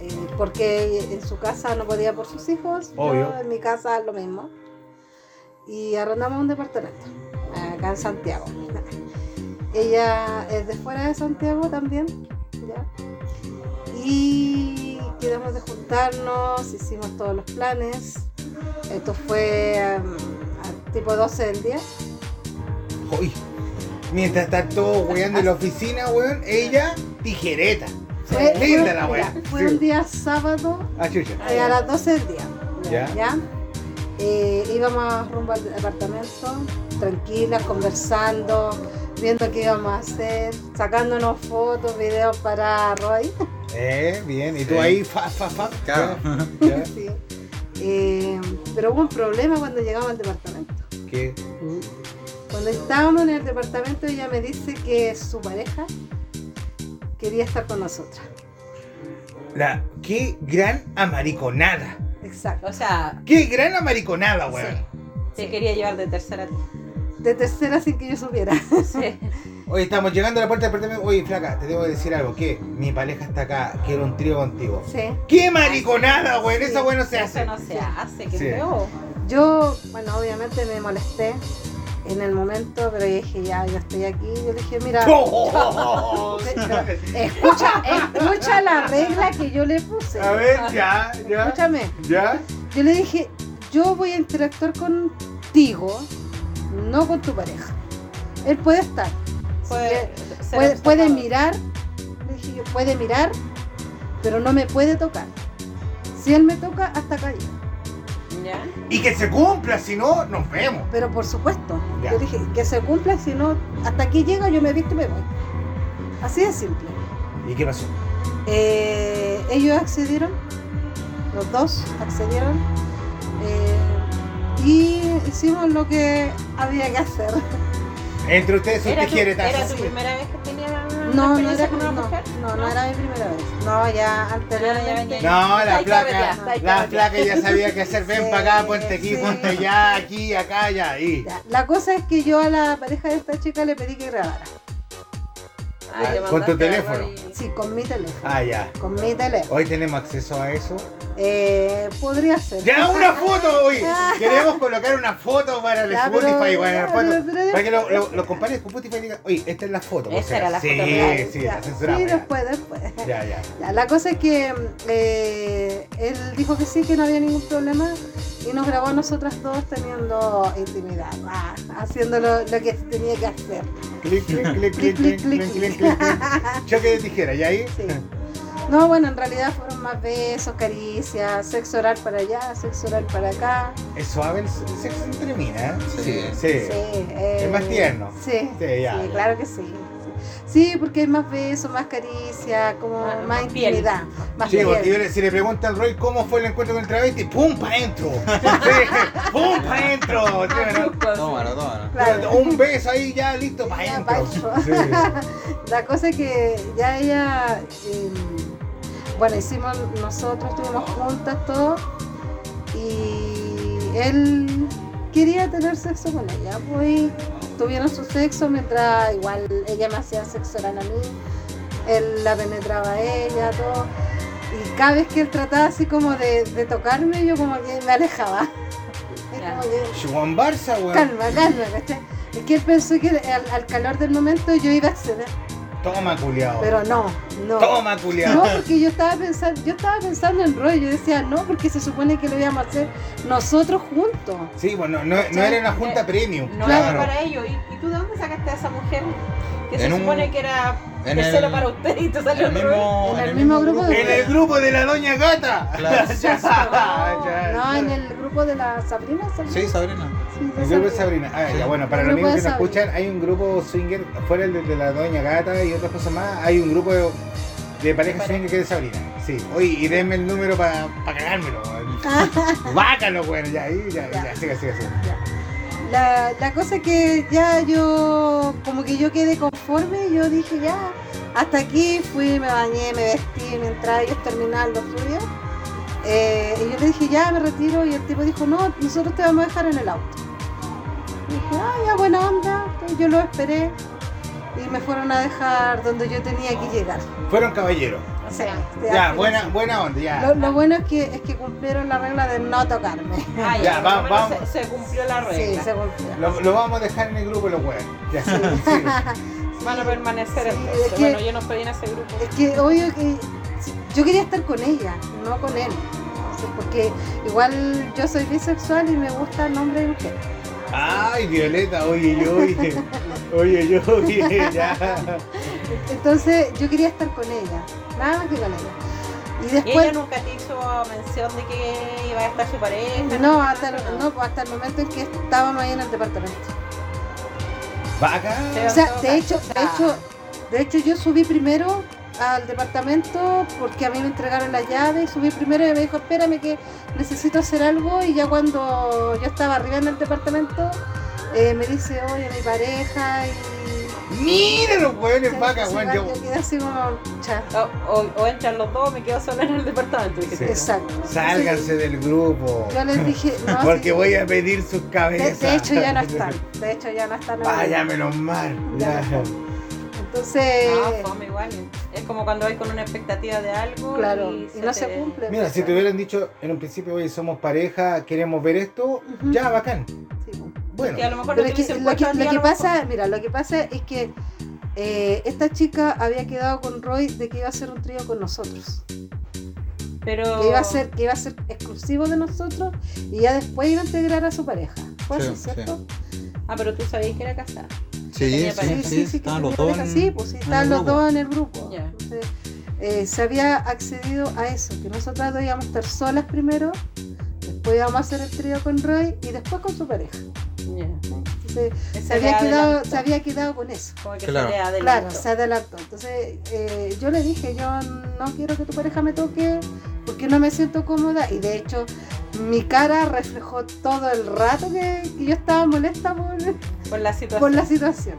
eh, porque en su casa no podía por sus hijos,
Obvio.
yo en mi casa lo mismo. Y arrendamos un departamento, acá en Santiago. Ella es de fuera de Santiago también, ¿ya? Y quedamos de juntarnos, hicimos todos los planes. Esto fue em, a tipo 12 del día.
Uy. Mientras está todo weón de la oficina, weón, ella tijereta.
Fue,
Linda la
fue-
weón.
fue un día sábado
Ah, chucha.
eh, a las 12 del día.
Ya.
¿ya? Eh, íbamos rumbo al apartamento, tranquilas, conversando, viendo qué íbamos a hacer, sacándonos fotos, videos para Roy.
Eh, bien. Y tú
Sí.
ahí, fa, fa, fa.
Claro.
*laughs*
*laughs*
Ya.
Eh, pero hubo un problema cuando llegamos al departamento.
¿Qué?
Cuando estábamos en el departamento, ella me dice que su pareja quería estar con nosotras.
La, qué gran amariconada.
Exacto. O sea,
Qué gran amariconada, weón.
te quería llevar de tercera. De tercera sin que yo supiera.
*laughs*
Oye, estamos llegando a la puerta del apartamento. Oye, flaca, te debo decir algo. ¿Qué? Mi pareja está acá. Quiero un trío contigo.
*laughs* Sí.
¡Qué mariconada, weón! Esa weón no se hace.
Eso no
*laughs*
se hace, qué
Sí.
feo. Yo, bueno, obviamente me molesté en el momento, pero yo dije, ya, yo estoy aquí. Yo le dije, mira,
Oh,
escucha, escucha la regla que yo le puse.
oh. A ver, ya, ya.
Escúchame.
¿Ya?
Yo le dije, yo voy a interactuar contigo, no con tu pareja. Él puede estar. si quiere- Puede, puede mirar, le dije yo, puede mirar, pero no me puede tocar. Si él me toca, hasta acá yo.
Y que se cumpla, si no, nos vemos.
Pero por supuesto,
Ya.
yo dije que se cumpla, si no, hasta aquí llega, yo me visto y me voy. Así de simple.
¿Y qué pasó?
Eh, ellos accedieron, los dos accedieron, eh, y hicimos lo que había que hacer.
Entre ustedes se
¿Era
usted
tu,
quiere
¿Era
tanto.
tu primera vez que tenías una
No, no
experiencia
era,
con
no,
una mujer?
no, no era mi primera vez. No, ya anteriormente.
No, la placa, la placa
placa
ya sabía qué hacer.
*laughs*
Ven para acá, ponte aquí, ponte allá, aquí, acá, ya, ahí.
La cosa es que yo a la pareja de esta chica le pedí que grabara.
Ah, le ¿con tu mandaste algo teléfono?
Sí, con mi teléfono.
Ah, ya.
Con mi teléfono.
Hoy tenemos acceso a eso.
Eh, podría ser.
¡Ya, una
*laughs*
foto, hoy!
Ah.
Queremos colocar una foto para el
Ya, pero-
Spotify, para, la
ya,
foto,
pero- pero-
para que lo- lo- los compañeros de Spotify y digan, oye, esta es la foto.
Esa
o sea,
era la
sí,
foto real,
Sí,
ya.
la censuramos.
Sí,
ya.
después, después.
Ya, ya.
Ya, la cosa es que eh, él dijo que sí, que no había ningún problema y nos grabó a nosotras dos teniendo intimidad, ah, haciendo lo, lo que tenía que hacer.
Clic, clic, clic, clic, clic, clic, clic, clic,
*laughs*
clic. Choque de tijera, ¿y ahí?
No, bueno, en realidad fueron más besos, caricias, sexo oral para allá, sexo oral para acá.
Es suave el sexo entre minas. ¿eh? Sí, sí.
eh,
es más tierno.
Sí,
Sí, ya,
sí,
ya.
claro que sí. Sí, Sí, porque hay más besos, más caricia, como más, intimidad, más
Sí, porque
piel.
yo le- si le pregunta al Roy cómo fue el encuentro con el travesti, ¡pum! ¡Pa' adentro! Sí, *laughs* ¡Pum! ¡Pa' adentro! Sí,
Ah,
¿verdad?
Tómalo, tómalo.
Ah, Claro.
Un beso ahí, ya listo, pa'
Ya,
adentro.
pa' adentro. La cosa es que ya ella, eh, bueno, hicimos nosotros, estuvimos juntas todo, y él quería tener sexo con ella, pues y tuvieron su sexo mientras igual ella me hacía sexo oral a mí, él la penetraba a ella, todo, y cada vez que él trataba así como de, de tocarme, yo como que me alejaba. Es como que-
Juan Barça, weón.
Calma, calma, ¿cachai? Es que él pensó que al, al calor del momento yo iba a acceder,
Toma, culiao.
pero no, no.
Toma, culiao.
No, porque yo estaba pensando, yo estaba pensando en Roy, yo decía no, porque se supone que lo íbamos a hacer nosotros juntos.
Sí, bueno, no, no era una
Eh,
junta premium.
No era para ello. ¿Y, y tú de dónde sacaste a esa mujer que se
En un-
supone que era
en
tercero
el-
para usted y te salió
en el
Roy?
mismo-
en el mismo grupo de-
En el grupo de la doña gata.
Claro.
*laughs* Ya,
*laughs*
ya,
No, en el grupo de la Sabrina. Sabrina.
Sí, Sabrina.
El grupo de Sabrina. Ah, ya, bueno, para
El
los
grupo
amigos
de
que nos
Sabrina.
escuchan, hay un grupo swinger, fuera el de, de la Doña Gata y otras cosas más, hay un grupo de, de parejas swinger que es de Sabrina. Sí. Oye, y denme el número para
*laughs*
cagármelo. Bácalo, bueno, ya, ahí, ya, ya, siga, siga, siga.
La, la cosa es que ya yo, como que yo quedé conforme, yo dije ya, hasta aquí fui, me bañé, me vestí, mientras ellos terminaban los suyos. Eh, y yo le dije ya, me retiro, y el tipo dijo, no, nosotros te vamos a dejar en el auto. Y dije, ah, ya buena onda, Entonces yo lo esperé y me fueron a dejar donde yo tenía que llegar.
Fueron caballeros.
O sea, te da
Ya,
felicidad.
buena, buena onda, ya.
Lo, lo bueno es que, es que cumplieron la regla de no tocarme.
Ah,
ya, Ya, por lo va- menos vamos.
Se, cumplió la
regla.
Sí, se cumplió.
Lo, lo vamos a dejar en el grupo los weones.
*laughs*
Ya, sí, sí.
Van a permanecer entonces.
es que-
Bueno, yo no estoy en ese grupo.
Es que obvio que yo quería estar con ella, no con él. O sea, Porque igual yo soy bisexual y me gustan hombres y mujeres.
Ay, Violeta, oye, yo, oye, oye, yo, *laughs* oye, ya.
Entonces yo quería estar con ella, nada más que con ella. Y
Y ella
después,
nunca te hizo mención de que iba a estar su pareja.
no, hasta el, no, pues, hasta el momento en que estábamos ahí en el departamento.
Vaca.
O sea, de hecho, de hecho, de hecho yo subí primero al departamento porque a mí me entregaron la llave y subí primero y me dijo, espérame que necesito hacer algo y ya cuando yo estaba arriba en el departamento eh, me dice, oye, mi pareja y...
Mira los hueones,
Sí,
vaca,
sí,
weón,
va,
yo-
yo quedé así como, "Cha".
O, o entran los dos, me quedo sola en el departamento. dijiste.
Exacto.
Sálganse del grupo.
Yo les
*laughs*
dije, no,
Porque
sí.
voy a pedir sus
De,
cabezas.
de hecho ya no están,
*laughs*
de hecho ya no están.
Vaya, Ah, menos mal. Ya.
Entonces...
No, Ah, fome igual. Es como cuando hay con una expectativa de algo.
Claro,
y,
y no se pues,
cumple.
Mira, si te hubieran dicho en un principio, oye, somos pareja, queremos ver esto, ya, bacán.
pues.
Bueno.
Que a lo mejor
Pero
no
es que
tuviste
lo que,
encuentro al
lo
día,
que
a lo
pasa, mira, lo que pasa es que eh, esta chica había quedado con Roy de que iba a hacer un trío con nosotros.
Pero
Que iba a ser, que iba a ser exclusivo de nosotros y ya después iba a integrar a su pareja. Fue así, ¿cierto?
Ah, pero tú sabías que era casada.
Sí, sí, sí, estaban los dos. en-
Sí, pues sí,
en
estaban
el
los
grupo.
dos en el grupo. Entonces, eh, se había accedido a eso, que nosotras dos íbamos a estar solas primero, después íbamos a hacer el trío con Roy y después con su pareja. Entonces, se,
Ese le
había quedado,
adelantó.
se había quedado con eso.
que se Claro. le adelantó.
Claro, se adelantó. Entonces, eh, yo le dije, yo no quiero que tu pareja me toque porque no me siento cómoda. Y de hecho, mi cara reflejó todo el rato que, que yo estaba
*laughs*
molesta por,
Por la situación.
por la situación.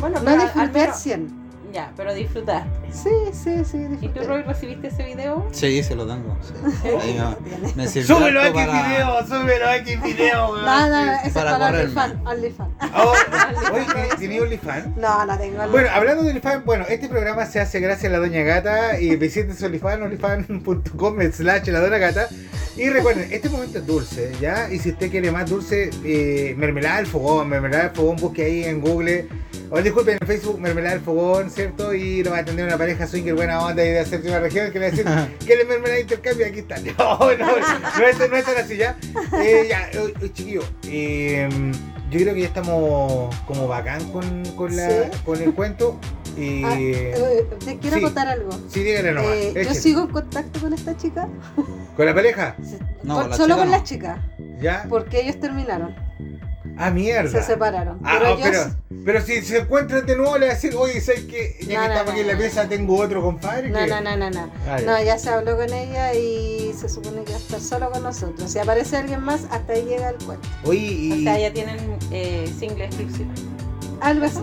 Bueno,
no
pero al- al
disfruté al
menos-
100.
Ya, pero disfrutar.
Sí, sí, sí.
¿Y tú, Roy, recibiste ese video?
Sí, se lo tengo.
*laughs*
sí. Ahí me- me sirvió
Súbelo a
harto
X
para-
video, súbelo a X video, weón.
Nada, eso es
Para
para
correrme.
OnlyFans. OnlyFans.
Oh,
*laughs*
Oye, ¿tenés- ¿tenés OnlyFans?
No, no tengo OnlyFans.
Bueno, hablando de OnlyFans, bueno, este programa se hace gracias a la Doña Gata y visiten su OnlyFans, onlyfans.com slash la Doña Gata. Y recuerden, este momento es dulce, ¿ya? Y si usted quiere más dulce, eh, mermelada al fogón, mermelada al fogón, busque ahí en Google. O disculpen, en Facebook, mermelada al fogón, ¿cierto? Y lo va a atender una pareja swinger buena onda y de la séptima región que le va a decir, ¿quiere mermelada de intercambio? Aquí está. *laughs* No, no, no es, no es tan así, ¿ya? Eh, ya, eh, eh, chiquillo, eh, yo creo que ya estamos como bacán con, con, la,
Sí.
con el cuento.
*laughs*
Y...
Ah, eh, te quiero
sí.
contar algo.
Sí, díganle nomás.
Eh, yo
échale.
sigo en contacto con esta chica,
¿Con la pareja?
con- solo con la chica,
¿Ya?
porque ellos terminaron,
Ah, mierda.
se separaron.
Ah,
pero
ah,
yo
pero, pero si se encuentran de nuevo, le va a decir, oye, ¿sabes que Ya
No,
que
no,
estamos aquí en la mesa, tengo otro compadre.
No,
que-
no, no, no, no.
Ah, ya.
No, ya se habló con ella y se supone que va a estar solo con nosotros. Si aparece alguien más, hasta ahí llega el cuento.
Oye,
O
y-
sea, ya tienen eh, single exclusivo.
Algo así.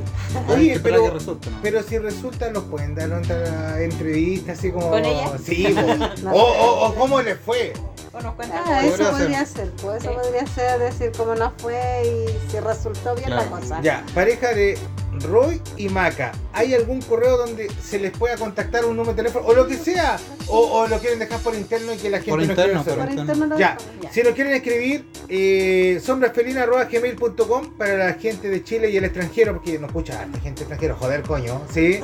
Oye, pero,
que
pero si resulta, nos pueden dar otra entrevista así como.
¿Con ella?
Sí, po.
No
o,
sé.
o, o cómo le fue.
O nos cuentan.
Ah,
Podría
eso
ser.
podría ser, pues eso podría ser decir cómo nos fue y si resultó bien
Claro.
la cosa.
Ya, pareja de Roy y Maca. ¿Hay algún correo donde se les pueda contactar un número de teléfono o lo que sea? ¿O, o lo quieren dejar por interno y que la gente
Por
lo
interno,
escriba sola?
por Por interno. interno lo
Ya,
dejamos,
si lo quieren escribir, eh, sombrasfelina.gmail.com para la gente de Chile y el extranjero, porque nos escucha harta gente extranjera, joder, coño, ¿sí?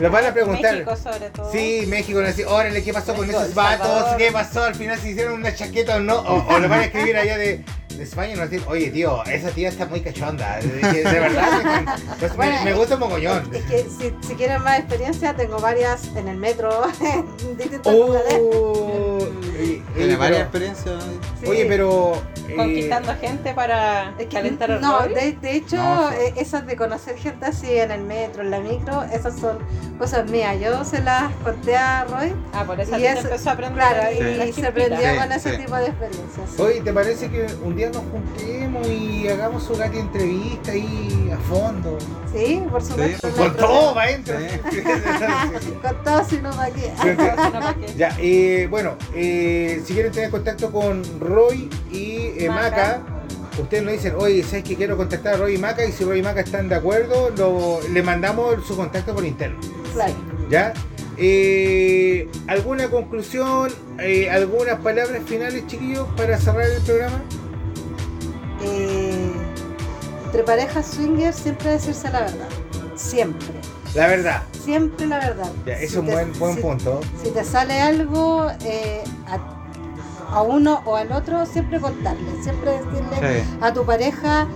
Los van a preguntar.
México sobre todo.
Sí, México le decía, órale, ¿qué pasó con
México,
esos
El
vatos?
Salvador.
¿Qué pasó? Al final se hicieron una chaqueta o no. O, o lo van a escribir allá de, de España y nos dicen, oye, tío, esa tía está muy cachonda. De, de- de verdad, pues, me-
Bueno,
me, gusta un mogollón.
Es que si, si quieren más experiencia, tengo varias en el metro, *laughs* en distintos lugares.
Oh, y-
*laughs* Tiene
y-
varias
pero-
experiencias.
Sí.
Oye, pero. eh,
Conquistando gente para calentar el
No,
Roy.
de, de hecho,
No, sí.
eh, esas de conocer gente así en el metro, en la micro, esas son cosas mías. Yo se las conté a Roy.
Ah, por
eso a ti te
empezó a aprender
Claro,
Sí.
y,
la
y se
chispita.
aprendió
Sí,
con ese
sí.
tipo de experiencias. sí.
eh, Oye, ¿te parece que un día nos juntemos y hagamos su gati entrevista ahí a fondo?
Sí, por supuesto. no hay
Con todo,
*laughs* problema.
va adentro.
Con todo, si no, ¿para qué? Ah,
Sí, *laughs*
*laughs*
Ya, eh, bueno, eh, si quieren tener contacto con Roy y eh, Maca, ustedes nos dicen, oye, ¿sabes que quiero contactar a Roy y Maca? Y si Roy y Maca están de acuerdo, lo- le mandamos su contacto por interno.
Claro.
¿Ya? Eh, ¿Alguna conclusión? eh, ¿Algunas palabras finales, chiquillos, para cerrar el programa?
Eh, entre parejas swingers siempre decirse la verdad. Siempre.
La verdad.
Siempre la verdad.
Ya, es
Si
un
te-
buen, buen
si-
punto.
Si te sale algo, eh, a, a uno o al otro, siempre contarle. Siempre decirle
Sí.
a tu pareja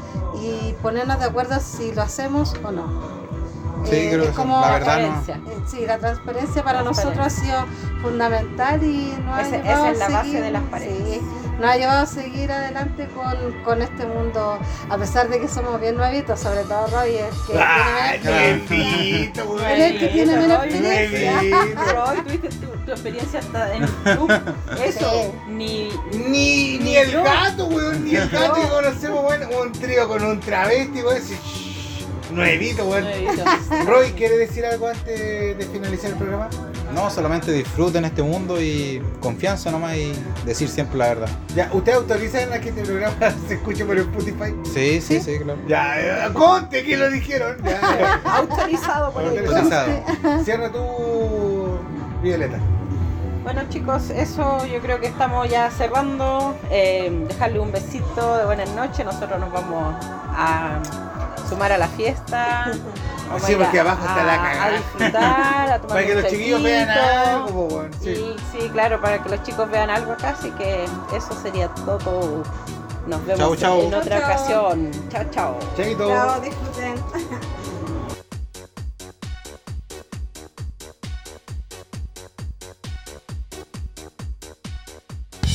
y ponernos de acuerdo si lo hacemos o no. Eh,
Sí, creo que
es como
la verdad no-
Eh, Sí, la transparencia para nosotros ha sido fundamental y nos ha
Ese- esa
llevado a
es la base
seguir-
de las parejas.
sí, nos ha llevado a seguir adelante con, con este mundo, a pesar de que somos bien nuevitos, sobre todo Roy, es que
Ah,
tiene menos
nuevito,
Pero es que tiene menos experiencia.
Pero hoy tuviste tu, tu experiencia hasta en el
*laughs*
club. Eso, ni,
Ni, ni el
yo.
gato, weón, ni el gato
No.
que conocemos, weón, un trío con un travesti, weón, ese shh, nuevito, weón. Roy, ¿quiere decir algo antes de finalizar el programa?
No, solamente disfruten este mundo y confianza nomás y decir siempre la verdad.
Ya, ¿ustedes autorizan a que este programa *laughs* se escuche por el Spotify?
Sí, sí, sí, claro.
Ya, eh, conte que lo dijeron. Ya,
autorizado por el
eh,
Autorizado.
Cierra tu Violeta.
Bueno chicos, eso yo creo que estamos ya cerrando. Eh, dejarle un besito de buenas noches. Nosotros nos vamos a sumar a la
*laughs*
fiesta. Vamos
Sí,
a ir a-
porque abajo está la
a-
cagada.
A disfrutar, a tomar
Para que
un
los chiquillos vean ah.
traguito.
algo, po, weón, sí.
Sí, sí, claro, para que los chicos vean algo acá. Así que eso sería todo. Nos vemos
Chau, chau.
en otra
Chau, chau.
ocasión. Chao, chao.
Chaito.
Chao, disfruten.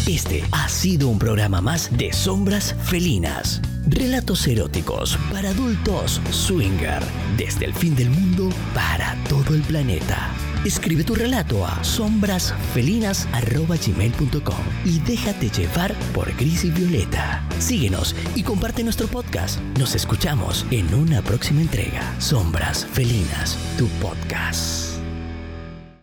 Este ha sido un programa más de Sombras Felinas. Relatos eróticos para adultos swinger. Desde el fin del mundo para todo el planeta. Escribe tu relato a sombrasfelinas.gmail.com y déjate llevar por Gris y Violeta. Síguenos y comparte nuestro podcast. Nos escuchamos en una próxima entrega. Sombras Felinas, tu podcast.